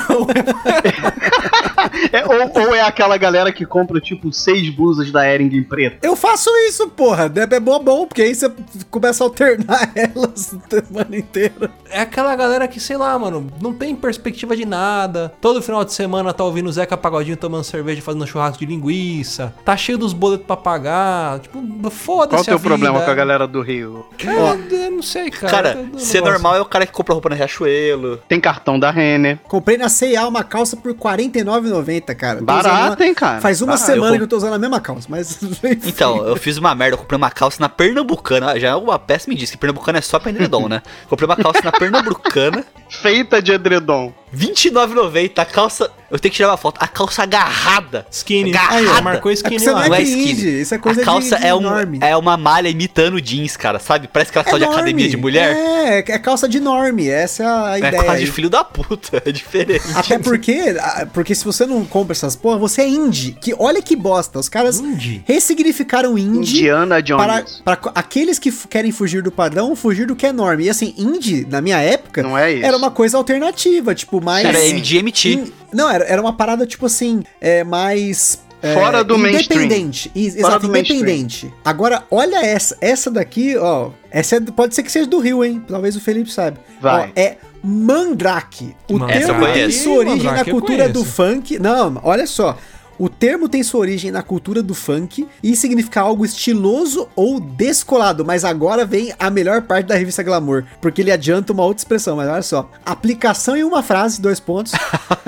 D: É, ou, ou é aquela galera que compra, tipo, seis blusas da Ering em preto.
C: Eu faço isso, porra. né? É bom, bom, porque aí você começa a alternar elas a semana inteira.
A: É aquela galera que, sei lá, mano, não tem perspectiva de nada. Todo final de semana tá ouvindo o Zeca Pagodinho tomando cerveja, fazendo churrasco de linguiça. Tá cheio dos boletos pra pagar. Tipo, foda-se.
D: Qual o teu
A: a vida.
D: problema com a galera do Rio?
A: É, eu não sei, cara. Eu
B: Cara,
A: não
B: ser
A: gosto.
B: normal é o cara que compra roupa no Riachuelo.
D: Tem cartão da Renner.
C: Comprei na C&A uma calça por R$ 49,90, cara. Tô
D: Barato,
C: usando uma-
D: hein, cara?
C: Faz uma
B: Barato.
C: semana
B: Eu
C: que eu tô usando a mesma calça, mas...
B: Então, eu fiz uma merda, eu comprei uma calça na Pernambucana. Já é uma péssima indício, que Pernambucana é só pendredom, né? Comprei uma calça na Pernambucana,
D: Feita de edredom.
B: R$29,90, a calça... Eu tenho que tirar uma foto, a calça agarrada.
A: Skinny.
B: Agarrada.
A: Aí, ó, marcou
C: É que
A: skinny
C: você não
A: lá.
C: é
B: Não é
C: cringe,
B: skinny.
C: isso é coisa
B: a calça
C: de- de
B: é, um,
C: norme.
B: é uma malha imitando jeans, cara, sabe? Parece que ela saiu de
C: É norme.
B: academia de mulher.
C: É, é calça de norme, essa é a
B: É,
C: ideia.
B: quase
C: aí.
B: de filho da puta, é diferente.
C: Até porque, ah, porque se você não compra essas porra, você é indie. Que olha que bosta, os caras
D: Hum.
A: Indie?
C: ressignificaram indie
D: Indiana
C: para,
D: Jones.
C: para co- aqueles que f- querem fugir do padrão, fugir do que é norme. E assim, indie, na minha época,
D: Não é isso.
C: era uma coisa alternativa, tipo, mais...
B: Cara, é MDMT.
C: in- não, era, era uma parada, tipo assim, é, mais... é,
D: Fora do mainstream.
C: Independente. Mainstream.
D: Fora
C: Exato,
D: do mainstream.
C: independente. Agora, olha essa. Essa daqui, ó. Essa é do- pode ser que seja do Rio, hein? Talvez o Felipe saiba.
D: Vai.
C: Ó, é Mandrake. O
A: Mandrake.
B: Essa eu
C: termo tem
B: conheço.
C: sua origem
A: Mandrake eu
C: na cultura do
A: conheço.
C: funk. Não, olha só. O termo tem sua origem na cultura do funk e significa algo estiloso ou descolado, mas agora vem a melhor parte da revista Glamour, porque ele adianta uma outra expressão, mas olha só. Aplicação em uma frase, dois pontos.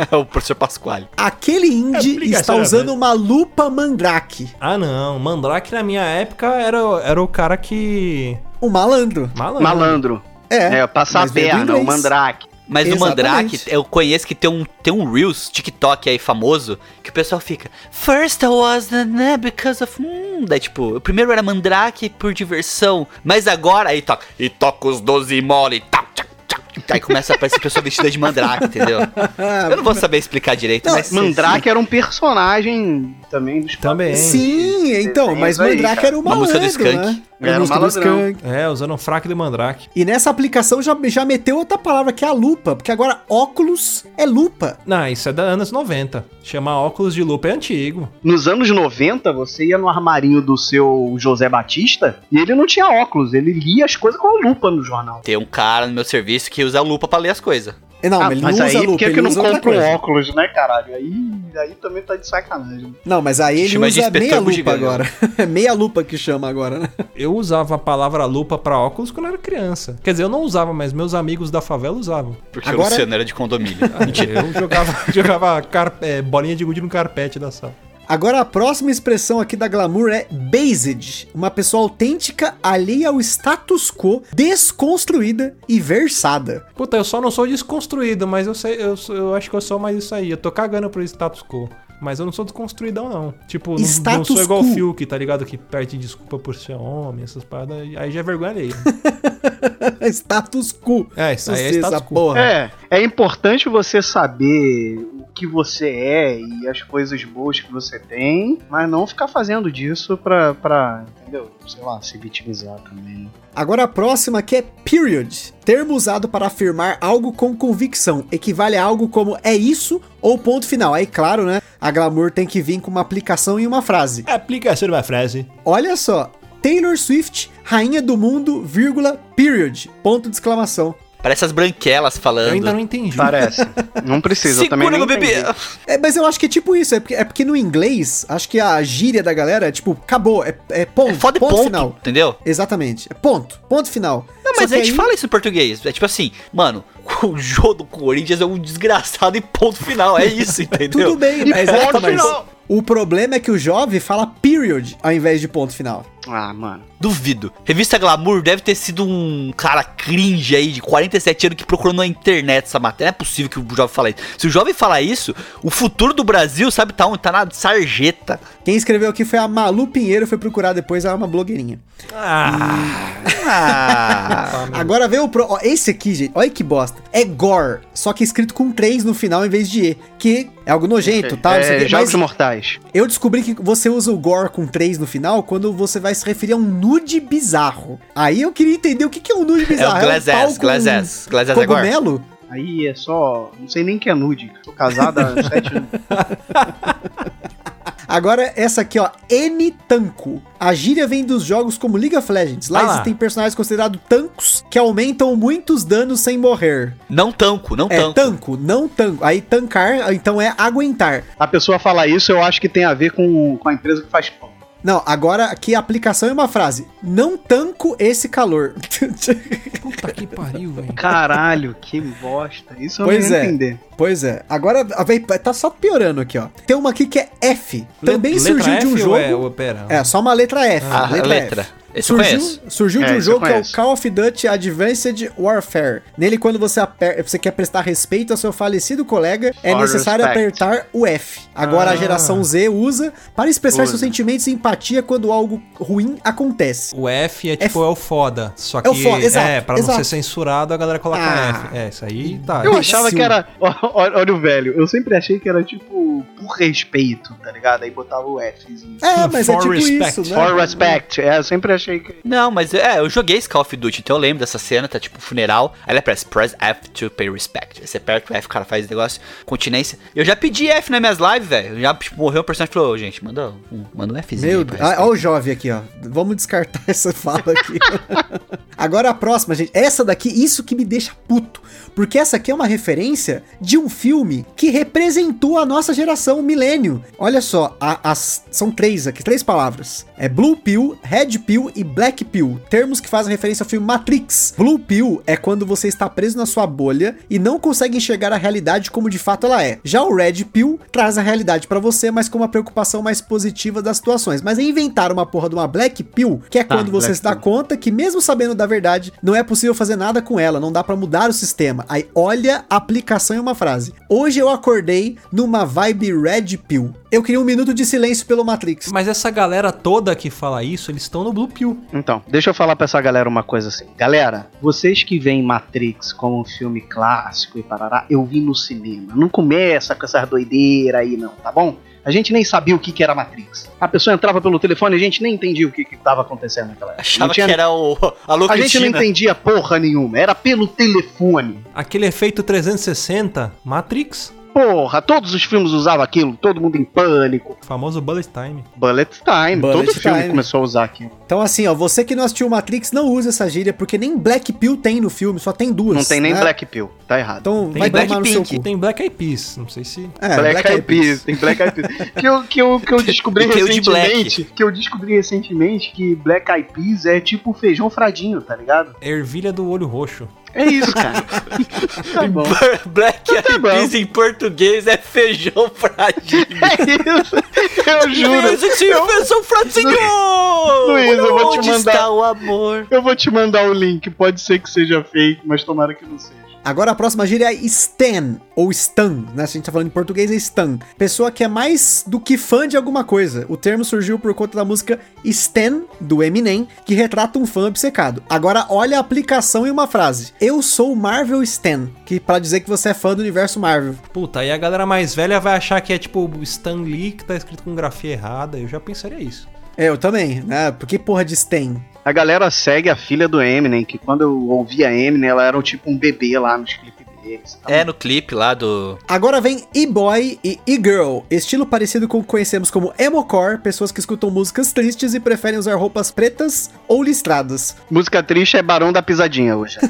B: é o professor Pasquale.
C: Aquele indie
A: Aplicação,
C: está
A: né?
C: usando uma lupa mandrake.
A: Ah, não. Mandrake na minha época era, era o cara que.
C: O Um malandro.
A: Malandro.
D: Malandro.
C: É.
D: É, passar a
C: mas veio do
D: perna, o
C: inglês.
D: mandrake.
B: Mas no
C: Exatamente.
B: Mandrake, eu conheço que tem um, tem um Reels, TikTok aí famoso, que o pessoal fica. First I was the né, because of. Hum, daí tipo, o primeiro era Mandrake por diversão, mas agora aí toca. E toca os 12 mole. Tá, tchac, tchac, tchac. aí começa a aparecer pessoa vestida de Mandrake, entendeu? Eu não vou saber explicar direito,
C: Não,
B: mas.
D: Mandrake era um personagem também dos
A: Também.
C: Sim, então,
D: Desenhos
C: mas
D: É. aí,
C: Mandrake
D: cara.
C: era o
B: Uma música
C: malandro,
B: do Skank.
C: né? Era a
D: Era um
C: música do
D: malandrão.
C: Skank.
A: É, usando um fraco de Mandrake.
C: E nessa aplicação já, já meteu outra palavra que é a lupa, porque agora óculos é lupa.
A: Não, isso é da anos 90. Chamar óculos de lupa é antigo.
D: Nos anos 90, você ia no armarinho do seu José Batista e ele não tinha óculos, ele lia as coisas com a lupa no jornal.
B: Tem um cara no meu serviço que usa lupa pra ler as coisas.
C: É, Não,
D: Ah,
C: ele
D: mas
C: não usa
D: aí por
C: lupa,
D: que,
C: ele
D: que não
C: usa outra
D: compra um
C: coisa.
D: óculos, né, caralho? Aí, aí também tá de sacanagem.
C: Não, mas aí ele
B: Chama de
C: usa
B: inspetor
C: meia lupa
B: bugiganga.
C: agora. É meia lupa que chama agora, né?
A: Eu usava a palavra lupa pra óculos quando eu era criança. Quer dizer, eu não usava, mas meus amigos da favela usavam.
B: Porque
C: Agora-
B: o Luciano era de condomínio.
A: Eu jogava, jogava carpe- eh, bolinha de gude no carpete da sala.
C: Agora a próxima expressão aqui da Glamour é based, uma pessoa autêntica alheia ao status quo, desconstruída e versada.
A: Puta, eu só não sou desconstruído, mas eu sei, eu, sou- eu acho que eu sou mais isso aí. Eu tô cagando pro status quo. Mas eu não sou desconstruidão, não. Tipo, não- não,
C: Status
A: sou igual o
C: quo.
A: Fiuk, tá ligado? Que perde desculpa por ser homem, essas paradas. Aí já é vergonha alheia.
C: status quo.
A: É, isso aí é
C: Sucesso,
A: status
C: essa
A: quo.
C: porra.
D: É, é importante você saber o que você é e as coisas boas que você tem, mas não ficar fazendo disso pra, pra entendeu? Sei lá, se vitimizar também.
C: Agora a próxima que é period, termo usado para afirmar algo com convicção, equivale a algo como é isso ou ponto final. Aí, claro, né? A glamour tem que vir com uma aplicação e uma frase.
A: Aplicação de uma frase.
C: Olha só, Taylor Swift, rainha do mundo, vírgula, period, ponto de exclamação.
B: Parece as branquelas
A: Eu ainda
B: falando.
A: não entendi.
D: Parece. Não precisa, eu também
B: Segura
D: não
B: meu bebê!
D: entendi.
C: É, mas eu acho que é tipo isso, é porque, é porque no inglês, acho que a gíria da galera é tipo, acabou, é, é ponto,
B: É foda e
C: ponto,
B: ponto,
C: final.
B: entendeu?
C: Exatamente, é ponto, ponto final.
B: Não,
C: Só
B: mas é
C: que
B: a gente
C: aí-
B: fala isso em português. É tipo assim, mano, o jogo do Corinthians é um desgraçado e ponto final. É isso, entendeu?
C: Tudo bem,
D: E
C: mas,
D: ponto
C: é, mas
D: final.
C: o problema é que o jovem fala period ao invés de ponto final.
D: Ah, mano.
B: Duvido. Revista Glamour deve ter sido um cara cringe aí de 47 anos que procurou na internet essa matéria. Não é possível que o jovem fale isso. Se o jovem falar isso, o futuro do Brasil, sabe, tá onde? Tá na sarjeta.
C: Quem escreveu aqui foi a Malu Pinheiro, foi procurar depois, ela é uma blogueirinha.
A: Ah,
B: Ah,
C: Agora vem o pro... ó, esse aqui, gente, olha que bosta. É gore, só que escrito com três no final em vez de E, que é algo nojento, tá? Não sei o
D: É,
C: quê,
D: Jogos
C: mas
D: Mortais.
C: eu descobri que você usa o gore com três no final quando você vai se referir a um nude bizarro. Aí eu queria entender o que que é um nude bizarro.
B: glass
C: um pau
B: ass, glass
C: com
B: ass, glass ass é gore.
C: cogumelo?
D: Aí é só. Não sei nem que é nude. Tô casado há sete anos.
C: Agora, essa aqui, ó, N Tanco. A gíria vem dos jogos como League of Legends. Lá
A: Ah lá.
C: existem personagens considerados tancos que aumentam muitos danos sem morrer.
B: Não tanco, não
C: É,
B: tanco.
C: tanco, não tanco. Aí tancar, então é aguentar.
D: A pessoa falar isso, eu acho que tem a ver com, com a empresa que faz pão.
C: Não, agora aqui a aplicação é uma frase. Não tanco esse calor.
A: Puta que pariu, velho.
D: Caralho, que bosta. Isso eu
C: Pois
D: não
C: é.
D: ia entender.
C: pois é. Agora, a- véi, tá só piorando aqui, ó. Tem uma aqui que é F. Também
A: Let-
C: surgiu
A: letra
C: de um
A: F
C: jogo.
A: ou É, ou pera,
C: É, só uma letra F.
B: Ah, letra. Esse eu
C: surgiu
B: conheço.
C: surgiu de
D: É,
C: um
D: esse eu
C: jogo que é o
D: conheço.
C: Call of Duty Advanced Warfare. Nele, quando você, aper- você quer prestar respeito ao seu falecido colega, é
D: Our
C: necessário
D: respect.
C: apertar o F. Agora a
A: Ah.
C: geração Z usa para expressar
D: Usa.
C: seus sentimentos e empatia quando algo ruim acontece.
A: O F é tipo é o foda. Só que
C: o foda, exato,
A: é, pra
C: exato.
A: não ser censurado, a galera coloca
C: Ah.
A: F. É, isso aí tá.
D: Eu
C: Imbecil.
D: achava que era. ó- ó- Olha o velho. Eu sempre achei que era tipo por respeito, tá ligado? Aí botava o Fzinho.
C: É, mas é
A: For
C: tipo
A: respect.
C: isso, né?
D: For respect. É, eu sempre achei que.
B: Não, mas é, eu joguei esse Call of Duty, então eu lembro dessa cena, tá tipo funeral. Aí ele aparece press F to pay respect. Aí você aperta o F, o cara faz o negócio, continência. Eu já pedi F nas minhas lives, velho. Já tipo, morreu o personagem e falou, "Ô, gente, manda um, manda um Fzinho.
C: Meu
B: aí pra
D: ah,
C: Deus. Olha o jovem aqui, ó. Vamos descartar essa fala aqui. Agora a próxima, gente. Essa daqui, isso que me deixa puto. Porque essa aqui é uma referência de um filme que representou a nossa geração, o milênio. Olha só, a- as, são três aqui, três palavras. É Blue Pill, Red Pill e Black Pill. Termos que fazem referência ao filme Matrix. Blue Pill é quando você está preso na sua bolha e não consegue enxergar a realidade como de fato ela é. Já o Red Pill traz a realidade pra você, mas com uma preocupação mais positiva das situações. Mas aí inventaram uma porra de uma Black Pill, que é quando você
D: Black
C: se dá
D: Pill.
C: conta que mesmo sabendo da verdade, não é possível fazer nada com ela, não dá pra mudar o sistema. Aí olha a aplicação em uma frase. Hoje eu acordei numa vibe Red Pill. Eu queria um minuto de silêncio pelo Matrix.
A: Mas essa galera toda que fala isso, eles estão no Blue Pill.
D: Então, deixa eu falar pra essa galera uma coisa assim. Galera, vocês que veem Matrix como um filme clássico e parará, eu vi no cinema. Não começa com essas doideiras aí, não, tá bom? A gente nem sabia o que, que era Matrix. A pessoa entrava pelo telefone e a gente nem entendia o que estava acontecendo naquela época.
B: Achava
D: Não tinha-
B: que era o a Lu
D: A gente não
B: Cristina.
D: entendia porra nenhuma, era pelo telefone.
A: Aquele efeito 360, Matrix,
D: Porra, todos os filmes usavam aquilo, todo mundo em pânico.
A: famoso Bullet Time.
D: Bullet Time,
C: Bullet
D: todo filme
C: Time.
D: começou a usar aquilo.
C: Então assim, ó, você que não assistiu Matrix, não usa essa gíria, porque nem Black Pill tem no filme, só tem duas.
D: Não tem nem
C: né?
D: Black Pill, tá errado.
C: Então
A: Tem
C: vai
A: Black
C: tomar no seu
B: Pink.
C: cu.
A: Tem Black Eyed Peas, não sei se...
C: É,
D: Black Eyed
C: Eyed
D: Peas, tem Black Eyed Peas. que, eu, que, eu, que eu descobri
B: E tem o de
D: recentemente, que eu descobri recentemente que Black Eyed Peas é tipo feijão fradinho, tá ligado?
A: Ervilha do olho roxo.
D: É isso, cara. tá bom.
B: Black Eyed
D: Então tá bom.
B: Peas em português é feijão fradinho.
D: É isso. Eu juro.
B: Esse é feijão fradinho!
D: Luiz, eu vou te
B: Onde
D: mandar-
B: está o amor?
D: Eu vou te mandar o link, pode ser que seja fake, mas tomara que não seja.
C: Agora a próxima gíria é Stan, ou Stan, né? Se a gente tá falando em português, é Stan. Pessoa que é mais do que fã de alguma coisa. O termo surgiu por conta da música Stan, do Eminem, que retrata um fã obcecado. Agora olha a aplicação em uma frase. Eu sou Marvel Stan, que pra dizer que você é fã do universo Marvel.
A: Puta, aí a galera mais velha vai achar que é tipo o Stan Lee que tá escrito com grafia errada. Eu já pensaria isso.
C: É, Eu também, né? Por que porra de Stan?
D: A galera segue a filha do Eminem, que quando eu ouvia Eminem, ela era um tipo um bebê lá nos clipes deles. tá?
B: É, no clipe lá do...
C: Agora vem E-Boy e E-Girl, estilo parecido com o que conhecemos como emocore, pessoas que escutam músicas tristes e preferem usar roupas pretas ou listradas.
D: Música triste é Barão da Pisadinha hoje.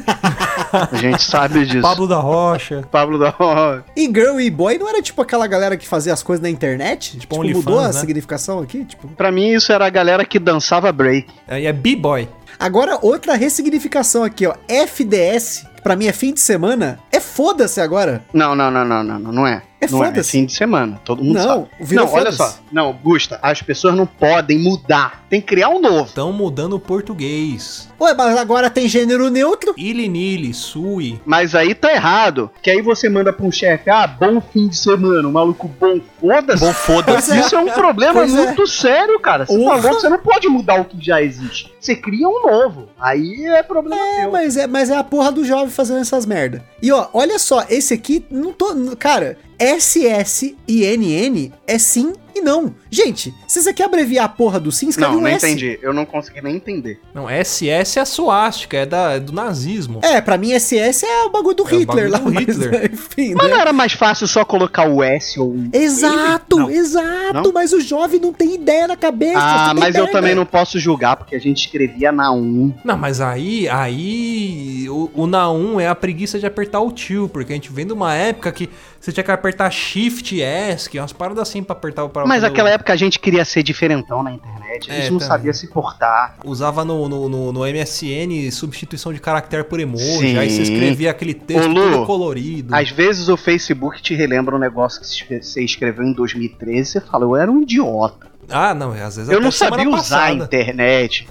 D: a gente sabe disso.
A: Pablo da Rocha,
D: Pablo da Rocha.
C: E-Girl e E-Boy não era tipo aquela galera que fazia as coisas na internet? Tipo,
A: OnlyFans,
C: mudou a
A: né?
C: significação aqui? Tipo...
D: Pra mim, isso era a galera que dançava break.
A: aí é B-Boy.
C: Agora, outra ressignificação aqui, ó. FDS, que pra mim é fim de semana, é foda-se agora.
D: Não, não, não, não, não, não, não é.
C: É
D: não é. é
C: foda-se.
D: fim de semana. Todo mundo sabe.
C: não, virou
D: não, olha
C: foda-se.
D: só. Não, Gusta, as pessoas não podem mudar. Tem que criar um novo.
A: Estão mudando o português.
C: Ué, mas agora tem gênero neutro?
A: Ilinili, Sui.
D: Mas aí tá errado. Que aí você manda pra um chefe, ah, bom fim de semana, o maluco bom, foda-se.
B: Bom, foda-se.
C: Pois é.
D: Isso é um problema
C: Pois é.
D: muito sério, cara. Você tá
C: Porra.
D: louco, você não pode mudar o que já existe. Você cria um novo. Aí é problema
C: É,
D: seu.
C: mas é, mas é a porra do jovem fazendo essas merda. E ó, olha só, esse aqui, não tô. n- Cara, SS e NN é sim E não. Gente, se você quer abreviar a porra do sim, escreve
D: Não,
C: um
D: não
C: S.
D: entendi. Eu não consegui nem entender.
A: Não, SS é a suástica, é, da, é do nazismo.
C: É, pra mim SS é o bagulho do
A: É o bagulho
C: Hitler lá.
A: do
C: mas,
A: Hitler.
C: enfim,
D: Mas
C: né?
D: não era mais fácil só colocar o S ou um.
C: Exato,
D: Não.
C: exato,
D: Não?
C: mas o jovem não tem ideia na cabeça. só
D: Ah,
C: tem né?
D: mas eu
C: merda.
D: também não posso julgar, porque a gente escrevia na 1.
A: Não, mas aí, aí o, o Naum é a preguiça de apertar o tio, porque a gente vem de uma época que você tinha que apertar Shift, ESC, umas paradas assim pra apertar o pra,
D: Mas
A: pra-
C: um.
D: naquela época a gente queria ser diferentão na internet. A gente
A: É,
D: não
A: também.
D: sabia se portar.
A: Usava no, no, no, no MSN substituição de caractere por emoji,
D: Sim.
A: aí você escrevia aquele texto
D: Ô, Lu,
A: todo colorido.
D: Às vezes o Facebook te relembra um negócio que você escreveu em 2013 e você fala, eu era um idiota.
A: Ah, não, às vezes
D: Eu
A: até
D: não
A: semana
D: sabia usar a
A: passada.
D: internet.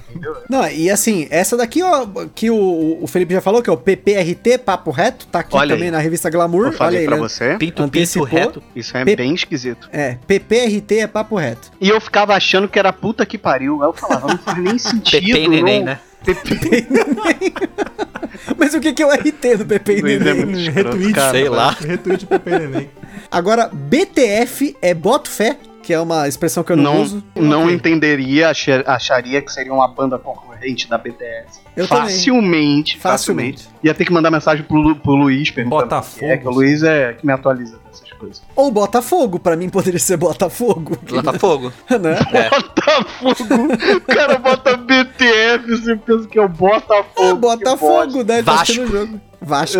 C: Não, e assim, essa daqui, ó, que o, o Felipe já falou, que é o PPRT, Papo Reto, tá aqui
D: Olha
C: também
D: aí.
C: na revista Glamour.
D: Eu
C: Olha
D: falei
C: aí,
D: pra
C: né?
D: você.
B: Pinto, pinto,
C: Antecipou.
B: reto.
D: Isso é
C: Pe-
D: bem esquisito.
C: É, PPRT é Papo Reto.
D: E eu ficava achando que era puta que pariu. Aí eu falava, não faz nem sentido.
B: Pepe e neném,
D: não.
B: né?
D: Pepe
C: Mas o que que é o RT do PP? e
D: Pois é,
C: neném?
D: muito escroto,
A: Retweet,
D: cara.
B: sei lá.
A: Retweet pro PNN.
C: Agora, BTF é Boto Fé, que é uma expressão que eu não,
D: não,
C: uso.
D: não
C: Ok.
D: entenderia, acha- acharia que seria uma banda concorrente da BTS.
C: Eu também.
D: facilmente, facilmente,
C: Facilmente.
D: Ia ter que mandar mensagem pro, Lu- pro Luiz perguntando.
A: Botafogo.
D: o que É que o Luiz é que me atualiza dessas coisas.
C: Ou Botafogo, pra mim poderia ser Botafogo.
B: Botafogo.
C: né?
B: É.
D: Botafogo! o cara bota BTF, você pensa que é o Botafogo.
C: É
D: que bosta.
C: Botafogo, né? Ele
B: Vasco.
C: Tá assistindo o jogo. Vasco.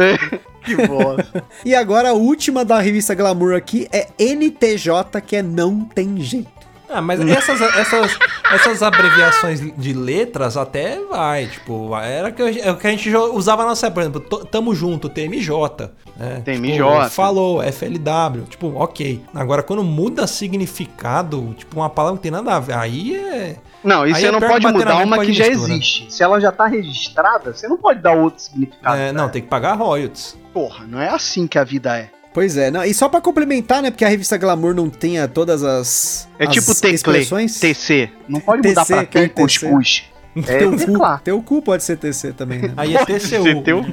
D: Que bosta.
C: E agora a última da revista Glamour aqui é NTJ, que é Não Tem Jeito.
A: Ah, mas
D: Hum.
A: essas, essas, essas abreviações de letras até vai, tipo, era que, eu- é o que a gente jo- usava na nossa, por exemplo, to- tamo junto, TMJ, né?
D: TMJ.
A: Tipo, falou, FLW, tipo, ok. Agora, quando muda significado, tipo, uma palavra que tem nada a ver, aí é...
D: Não, e
A: Aí
D: você
A: é
D: não
A: pior que
D: pode
A: bater na
D: mudar
A: mão,
D: uma
A: pode
D: que já
A: mistura.
D: existe. Se ela já tá registrada, você não pode dar outro significado. né?
A: é, não, tem que pagar royalties.
D: Porra, não é assim que a vida é.
C: Pois é, não, e só pra complementar, né? Porque a revista Glamour não tinha todas as.
D: É
C: as
D: tipo tecle,
C: expressões.
D: TC. Não pode mudar
C: TC,
D: pra
C: quer
D: ter cuscuz. É,
C: Teu cu,
D: teclar.
C: teu cu pode ser TC também. Né?
A: Aí é
D: Você
A: TCU.
D: teu-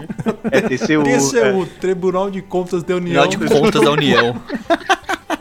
D: É TCU. é.
A: TCU, Tribunal de Contas da União.
B: Final de contas da União.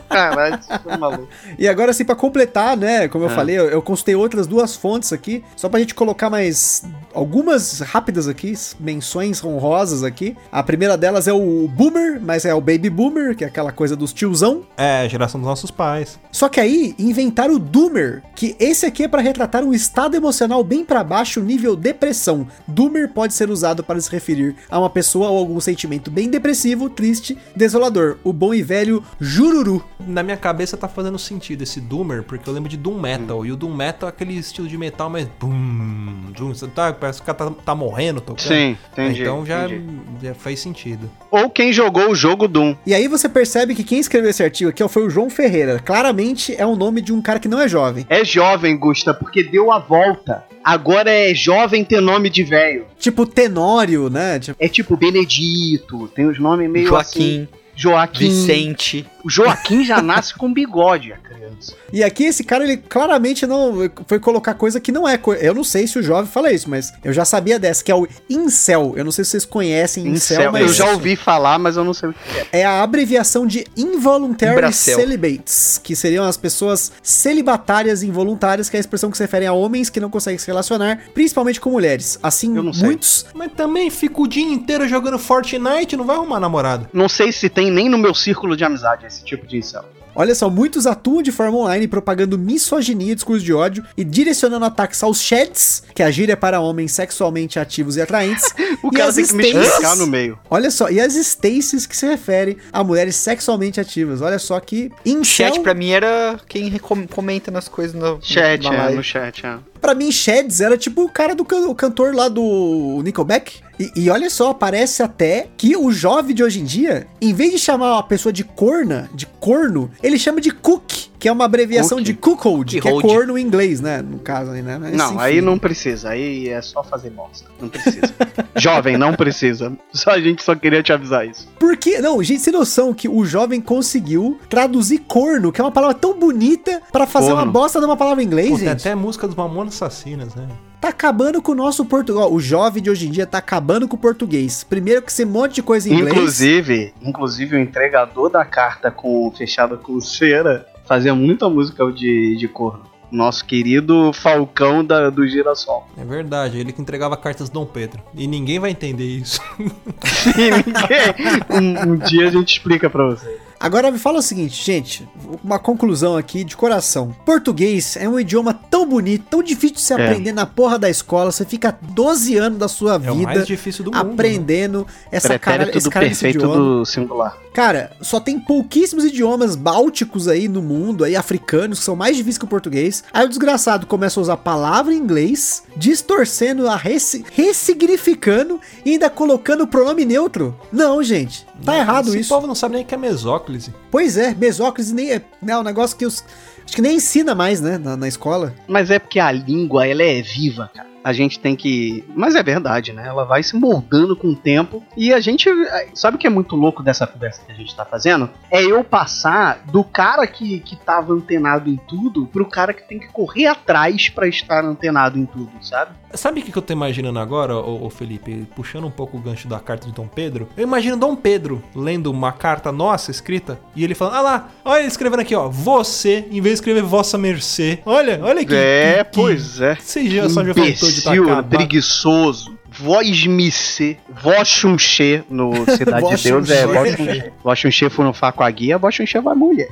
D: Caralho, isso é maluco.
C: E agora, assim, pra completar, né? Como eu falei, eu, eu consultei outras duas fontes aqui, só pra gente colocar mais algumas rápidas aqui, menções honrosas aqui. A primeira delas é o Boomer, mas é o Baby Boomer, que é aquela coisa dos tiozão.
A: É, geração dos nossos pais.
C: Só que aí inventaram o Doomer, que esse aqui é pra retratar um estado emocional bem pra baixo, nível depressão. Doomer pode ser usado para se referir a uma pessoa ou algum sentimento bem depressivo, triste, desolador. O bom e velho Jururu.
A: Na minha cabeça tá fazendo sentido esse Doomer, porque eu lembro de Doom Metal.
D: Hum.
A: E o Doom Metal é aquele estilo de metal, mas. Bum, bum, você tá, parece que o cara tá, tá morrendo tocando.
D: Sim, entendi.
A: Então já,
D: entendi.
A: já faz sentido.
D: Ou quem jogou o jogo Doom.
C: E aí você percebe que quem escreveu esse artigo aqui ó, foi o João Ferreira. Claramente é o nome de um cara que não é jovem.
D: É jovem, Gusta, porque deu a volta. Agora é jovem ter nome de velho.
C: Tipo Tenório, né? Tipo,
D: É tipo Benedito, tem os nomes meio assim.
B: Joaquim,
D: Joaquim.
B: Vicente.
D: O Joaquim já nasce com bigode, a criança.
C: E aqui esse cara, ele claramente não foi colocar coisa que não é. co- Eu não sei se o jovem fala isso, mas eu já sabia dessa, que é o incel. Eu não sei se vocês conhecem incel,
D: Incel.
C: mas
D: Eu já ouvi falar, mas eu não sei o que.
C: é a abreviação de involuntary
B: Embracel.
C: celibates, que seriam as pessoas celibatárias involuntárias, que é a expressão que se refere a homens que não conseguem se relacionar, principalmente com mulheres. Assim,
D: Eu não sei.
C: muitos.
A: Mas também fica o dia inteiro jogando Fortnite, não vai arrumar namorada.
D: Não sei se tem nem no meu círculo de amizade esse tipo de incel.
C: Olha só, muitos atuam de forma online propagando misoginia, discurso de ódio e direcionando ataques aos sheds, que a gíria é para homens sexualmente ativos e atraentes,
D: O
C: E
D: cara
C: as
D: tem que me
C: stays?
D: explicar no meio.
C: Olha só, e as Stacy's que se referem a mulheres sexualmente ativas. Olha só que incel,
B: Chat
C: pra...
B: pra mim era quem recom- comenta nas coisas no
D: Chat,
B: na
D: é,
B: live.
D: no chat, é.
C: mim Sheds era tipo o cara do can- o cantor lá do Nickelback. E, e olha só, parece até que o jovem de hoje em dia, em vez de chamar a pessoa de corna, de corno, ele chama de cook, que é uma abreviação
D: Cook.
C: de cuckold, que é
B: Cuckold.
C: corno em inglês, né? No caso aí, né? Mas,
D: Não,
C: enfim.
D: aí não precisa, aí é só fazer bosta. Não precisa. Jovem, não precisa. Só a gente só queria te avisar isso.
C: Porque, não, gente, sem noção que o jovem conseguiu traduzir corno, que é uma palavra tão bonita, pra fazer uma
D: Corno.
C: bosta de uma palavra em inglês,
A: Pô, tem
D: é
C: gente.
A: até música dos Mamonas Assassinas, né?
C: Tá acabando com o nosso português. O jovem de hoje em dia tá acabando com o português. Primeiro que esse monte de coisa em inglês.
D: Inclusive, inclusive o entregador da carta com fechada com cera fazia muita música de, de corno. Nosso querido Falcão da, do Girassol.
A: É verdade, ele que entregava cartas Dom Pedro. E ninguém vai entender isso.
D: um, um dia a gente explica pra vocês.
C: Agora me fala o seguinte, gente, uma conclusão aqui de coração. Português é um idioma tão bonito, tão difícil de se
D: É.
C: aprender na porra da escola. Você fica 12 anos da sua
A: É o mais
C: vida
A: difícil do mundo.
C: aprendendo essa cara,
D: Prefere
C: esse
D: tudo
C: cara é desse
D: perfeito
C: idioma.
D: do singular.
C: Cara, só tem pouquíssimos idiomas bálticos aí no mundo, aí africanos, que são mais difíceis que o português. Aí o desgraçado começa a usar palavra em inglês, distorcendo, a ressi- ressignificando e ainda colocando o pronome neutro. Não, gente, tá errado
A: Esse
C: isso.
A: povo não sabe nem o que é mesóclise.
C: Pois é, mesócrise nem é, né, um negócio que os, acho que nem ensina mais, né, na, na escola.
D: Mas é porque a língua, ela é viva, cara. A gente tem que. Mas é verdade, né? Ela vai se moldando com o tempo. E a gente. Sabe o que é muito louco dessa conversa que a gente tá fazendo? É eu passar do cara que, que tava antenado em tudo pro cara que tem que correr atrás pra estar antenado em tudo, sabe?
A: Sabe o que que eu tô imaginando agora, ô, ô Felipe? Puxando um pouco o gancho da carta de Dom Pedro. Eu imagino Dom Pedro lendo uma carta nossa escrita e ele falando: Ah lá, olha ele escrevendo aqui, ó. Você, em vez de escrever vossa mercê. Olha, olha que. que, que-
D: é.
A: Você já só já faltou de
D: Imbecil,
A: tacar. tá? a ba-
D: preguiçoso. Voz Missê, Voz Chunxê no Cidade
C: Voz
D: de Deus é
C: Chunxê.
D: Voz Chunxê. Voz Chunxê foi no Fá com a Guia, Voz Chunxê vai mulher.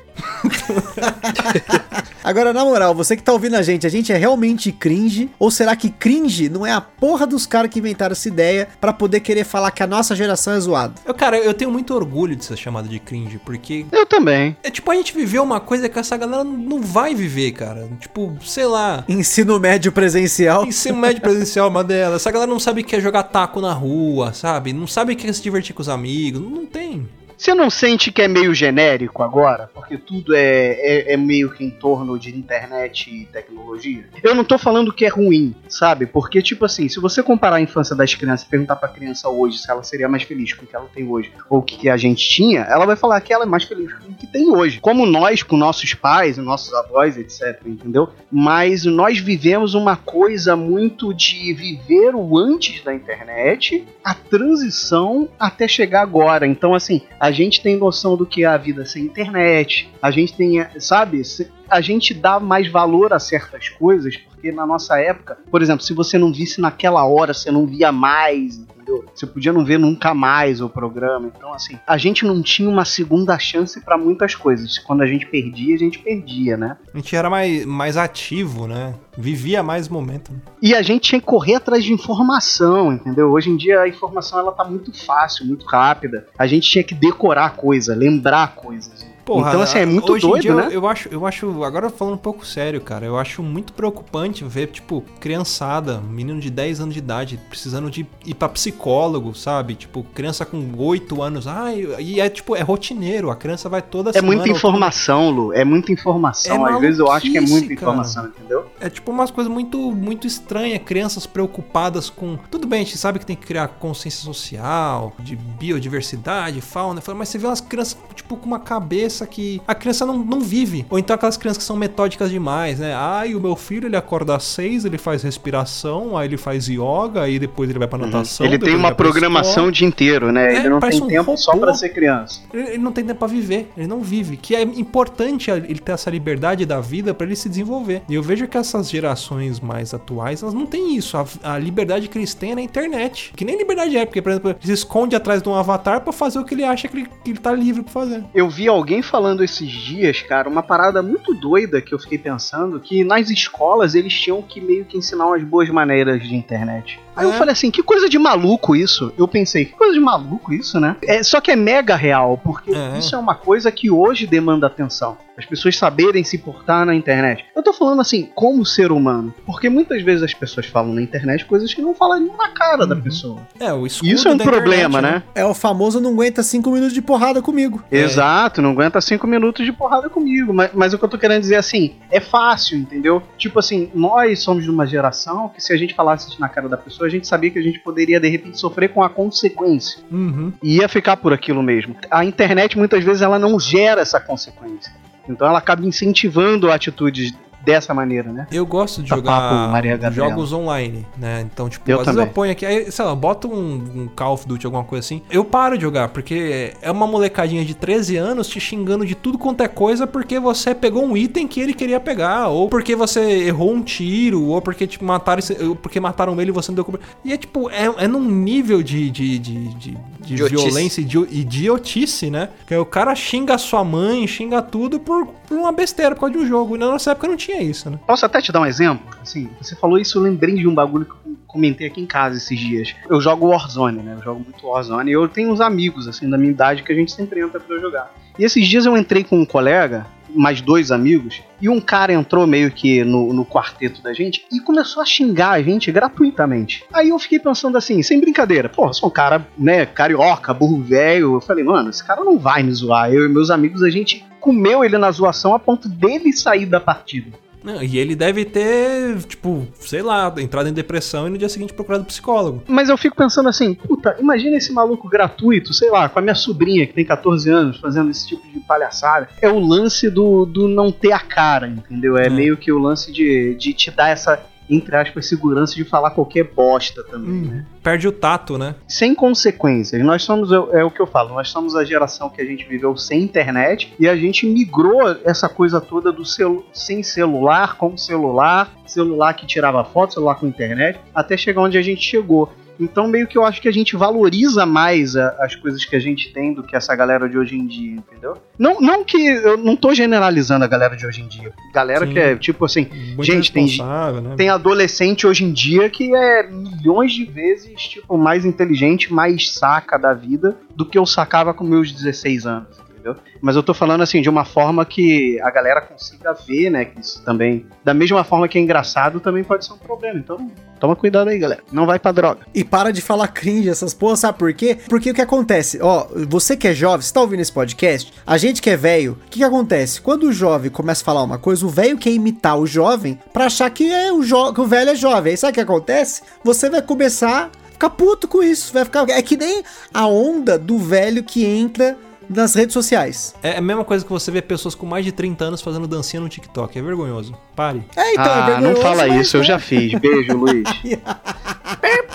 C: Agora, na moral, você que tá ouvindo a gente, a gente é realmente cringe? Ou será que cringe não é a porra dos caras que inventaram essa ideia pra poder querer falar que a nossa geração é zoada?
A: Eu, cara, eu tenho muito orgulho de ser chamado de cringe, porque
D: Eu também.
A: É tipo, a gente viveu uma coisa que essa galera não vai viver, cara. Tipo, sei lá.
C: Ensino médio presencial.
A: Ensino médio presencial, é uma dela. Essa galera não sabe o que é jogar taco na rua, sabe? Não sabe o que é se divertir com os amigos. Não tem.
D: Você não sente que é meio genérico agora? Porque tudo é, é, é meio que em torno de internet e tecnologia. Eu não tô falando que é ruim, sabe? Porque, tipo assim, se você comparar a infância das crianças e perguntar pra criança hoje se ela seria mais feliz com o que ela tem hoje ou o que a gente tinha, ela vai falar que ela é mais feliz com o que tem hoje. Como nós, com nossos pais, nossos avós, etc, entendeu? Mas nós vivemos uma coisa muito de viver o antes da internet a transição até chegar agora. Então, assim, a gente tem noção do que é a vida sem internet, a gente tem, sabe, se- a gente dá mais valor a certas coisas, porque na nossa época, por exemplo, se você não visse naquela hora, você não via mais, entendeu? Você podia não ver nunca mais o programa. Então, assim, a gente não tinha uma segunda chance pra muitas coisas. Quando a gente perdia, a gente perdia, né?
A: A gente era mais, mais ativo, né? Vivia mais momento.
D: E a gente tinha que correr atrás de informação, entendeu? Hoje em dia a informação ela tá muito fácil, muito rápida. A gente tinha que decorar coisa, lembrar coisas. então, assim, é muito
A: hoje em
D: doido,
A: dia,
D: né?
A: Eu, eu acho, eu acho, agora falando um pouco sério, cara, eu acho muito preocupante ver, tipo, criançada, menino de 10 anos de idade, precisando de ir pra psicólogo, sabe? Tipo, criança com 8 anos, ah, e e é tipo, é rotineiro, a criança vai toda
D: É
A: semana.
D: muita informação, Lu. É muita informação.
A: É
D: Às vezes eu acho que é
A: maluquice,
D: muita informação, entendeu?
A: É tipo umas coisas muito, muito estranhas, crianças preocupadas com. Tudo bem, a gente sabe que tem que criar consciência social, de biodiversidade, fauna, mas você vê umas crianças, tipo, com uma cabeça que. A criança não, não vive. Ou então aquelas crianças que são metódicas demais, né? Ai, o meu filho ele acorda às seis, ele faz respiração, aí ele faz yoga, aí depois ele vai pra natação.
D: Uhum. ele
A: depois
D: tem uma
A: vai pra
D: programação
A: escola.
D: o dia inteiro, né?
A: né? É,
D: ele não
A: parece
D: tem
A: um
D: tempo só
A: robô.
D: pra ser criança.
A: Ele, ele não tem tempo pra viver, ele não vive. Que é importante ele ter essa liberdade da vida pra ele se desenvolver. E eu vejo que essas gerações mais atuais, elas não têm isso. A, a liberdade que eles têm é na internet. Que nem liberdade é, porque, por exemplo, ele se esconde atrás de um avatar pra fazer o que ele acha que ele, que ele tá livre pra fazer.
D: Eu vi alguém falando esses dias, cara, uma parada muito doida que eu fiquei pensando, que nas escolas eles tinham que meio que ensinar umas boas maneiras de internet. Aí eu
A: É.
D: falei assim, que coisa de maluco isso. Eu pensei, que coisa de maluco isso, né? É, só que é mega real, porque
A: É.
D: isso é uma coisa que hoje demanda atenção. As pessoas saberem se portar na internet. Eu tô falando assim, como ser humano. Porque muitas vezes as pessoas falam na internet coisas que não falariam na cara da pessoa.
A: É, o escudo
D: E isso é um
A: da internet,
D: problema, né?
C: É o famoso não aguenta 5 minutos de porrada comigo.
A: É.
D: Exato, não aguenta cinco minutos de porrada comigo. Mas, mas o que eu tô querendo dizer é assim, é fácil, entendeu? Tipo assim, nós somos de uma geração que se a gente falasse isso na cara da pessoa, a gente sabia que a gente poderia de repente sofrer com a consequência.
A: Uhum.
D: E ia ficar por aquilo mesmo. A internet muitas vezes ela não gera essa consequência. Então ela acaba incentivando atitudes dessa maneira, né?
A: Eu gosto de
D: Tá papo,
A: jogar
D: Maria Gabriela.
A: jogos online, né? Então, tipo,
D: Eu
A: às vezes
D: também.
A: eu ponho aqui, aí, sei lá, bota um, um Call of Duty, alguma coisa assim. Eu paro de jogar, porque é uma molecadinha de 13 anos te xingando de tudo quanto é coisa porque você pegou um item que ele queria pegar, ou porque você errou um tiro, ou porque, tipo, mataram, esse- ou porque mataram ele e você não deu conta. E é tipo, é, é num nível de, de, de, de, de
B: Idiotice.
A: violência e de- idiotice, né? Que aí o cara xinga a sua mãe, xinga tudo por, por uma besteira, por causa de um jogo. E na nossa época não tinha isso, né?
D: Posso até te dar um exemplo? Assim, você falou isso, eu lembrei de um bagulho que eu comentei aqui em casa esses dias. Eu jogo Warzone, né? Eu jogo muito Warzone. E eu tenho uns amigos, assim, da minha idade que a gente sempre entra pra jogar. E esses dias eu entrei com um colega, mais dois amigos, e um cara entrou meio que no, no quarteto da gente e começou a xingar a gente gratuitamente. Aí eu fiquei pensando assim, sem brincadeira, porra, sou um cara, né, carioca, burro velho. Eu falei, mano, esse cara não vai me zoar. Eu e meus amigos, a gente comeu ele na zoação a ponto dele sair da partida.
A: Não, e ele deve ter, tipo, sei lá, entrado em depressão e no dia seguinte procurado psicólogo.
D: Mas eu fico pensando assim, puta, imagina esse maluco gratuito, sei lá, com a minha sobrinha que tem 14 anos, fazendo esse tipo de palhaçada. É o lance do, do não ter a cara, entendeu? É
A: É.
D: meio que o lance de, de te dar essa, entre aspas, segurança de falar qualquer bosta também, né?
A: Perde o tato, né?
D: Sem consequências. Nós somos, eu- é o que eu falo, nós somos a geração que a gente viveu sem internet e a gente migrou essa coisa toda do celu sem celular, com celular, celular que tirava foto, celular com internet, até chegar onde a gente chegou. Então, meio que eu acho que a gente valoriza mais a- as coisas que a gente tem do que essa galera de hoje em dia, entendeu? Não, não que eu não tô generalizando a galera de hoje em dia. Galera
A: Sim.
D: que é tipo assim,
A: Muito
D: Gente, tem
A: responsável, né?
D: tem adolescente hoje em dia que é milhões de vezes tipo mais inteligente, mais saca da vida do que eu sacava com meus 16 anos, entendeu? Mas eu tô falando assim de uma forma que a galera consiga ver, né, que isso também, da mesma forma que é engraçado, também pode ser um problema. Então, toma cuidado aí, galera. Não vai pra droga.
C: E para de falar cringe essas porra, sabe por quê? Porque o que acontece, ó, você que é jovem, você tá ouvindo esse podcast, a gente que é velho, o que, que acontece? Quando o jovem começa a falar uma coisa, o velho quer imitar o jovem pra achar que, é o jo- que o velho é jovem. Aí sabe o que acontece? Você vai começar a ficar puto com isso, vai ficar... É que nem a onda do velho que entra nas redes sociais.
A: É a mesma coisa que você vê pessoas com mais de 30 anos fazendo dancinha no TikTok. É vergonhoso. Pare.
C: É, então, é
D: Ah, não
C: vergonhoso,
D: fala
C: mas,
D: isso, eu
C: né?
D: já fiz. Beijo, Luiz.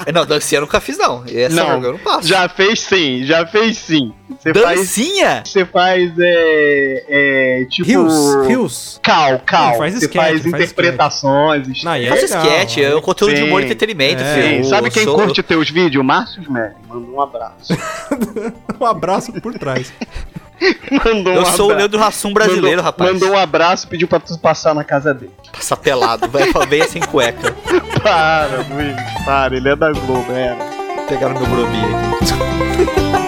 B: É, Não, dancinha eu nunca fiz, não. Essa
D: é. Não,
B: vergonha eu não passo.
D: já fez sim, já fez sim. Você faz,
B: Dancinha?
D: você faz é, é, tipo
C: Rios, rios.
D: Cal, cal.
A: Não, faz
D: você
A: sketch,
D: faz
A: faz
D: interpretações.
A: Não, e
B: Eu
A: é
B: faço
A: legal,
B: sketch,
A: né?
B: é o conteúdo de
D: Sim.
B: humor e entretenimento,
A: É.
B: filho.
D: Sim,
B: Eu
D: sabe quem
B: sou-
D: curte teus vídeos? Márcio Melli. Manda um abraço.
A: um abraço por trás.
D: Mandou um
B: Eu sou o
D: abraço.
B: Leandro Hassum brasileiro,
D: mandou,
B: rapaz.
D: Mandou um abraço e pediu pra tu passar na casa dele.
B: Passa pelado, vai bem sem cueca.
D: Para, Luiz, para. Ele é da Globo, era.
B: Pegaram meu grobi aqui.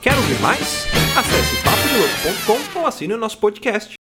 A: Quer ouvir mais? Acesse papodilouco.com ou assine o nosso podcast.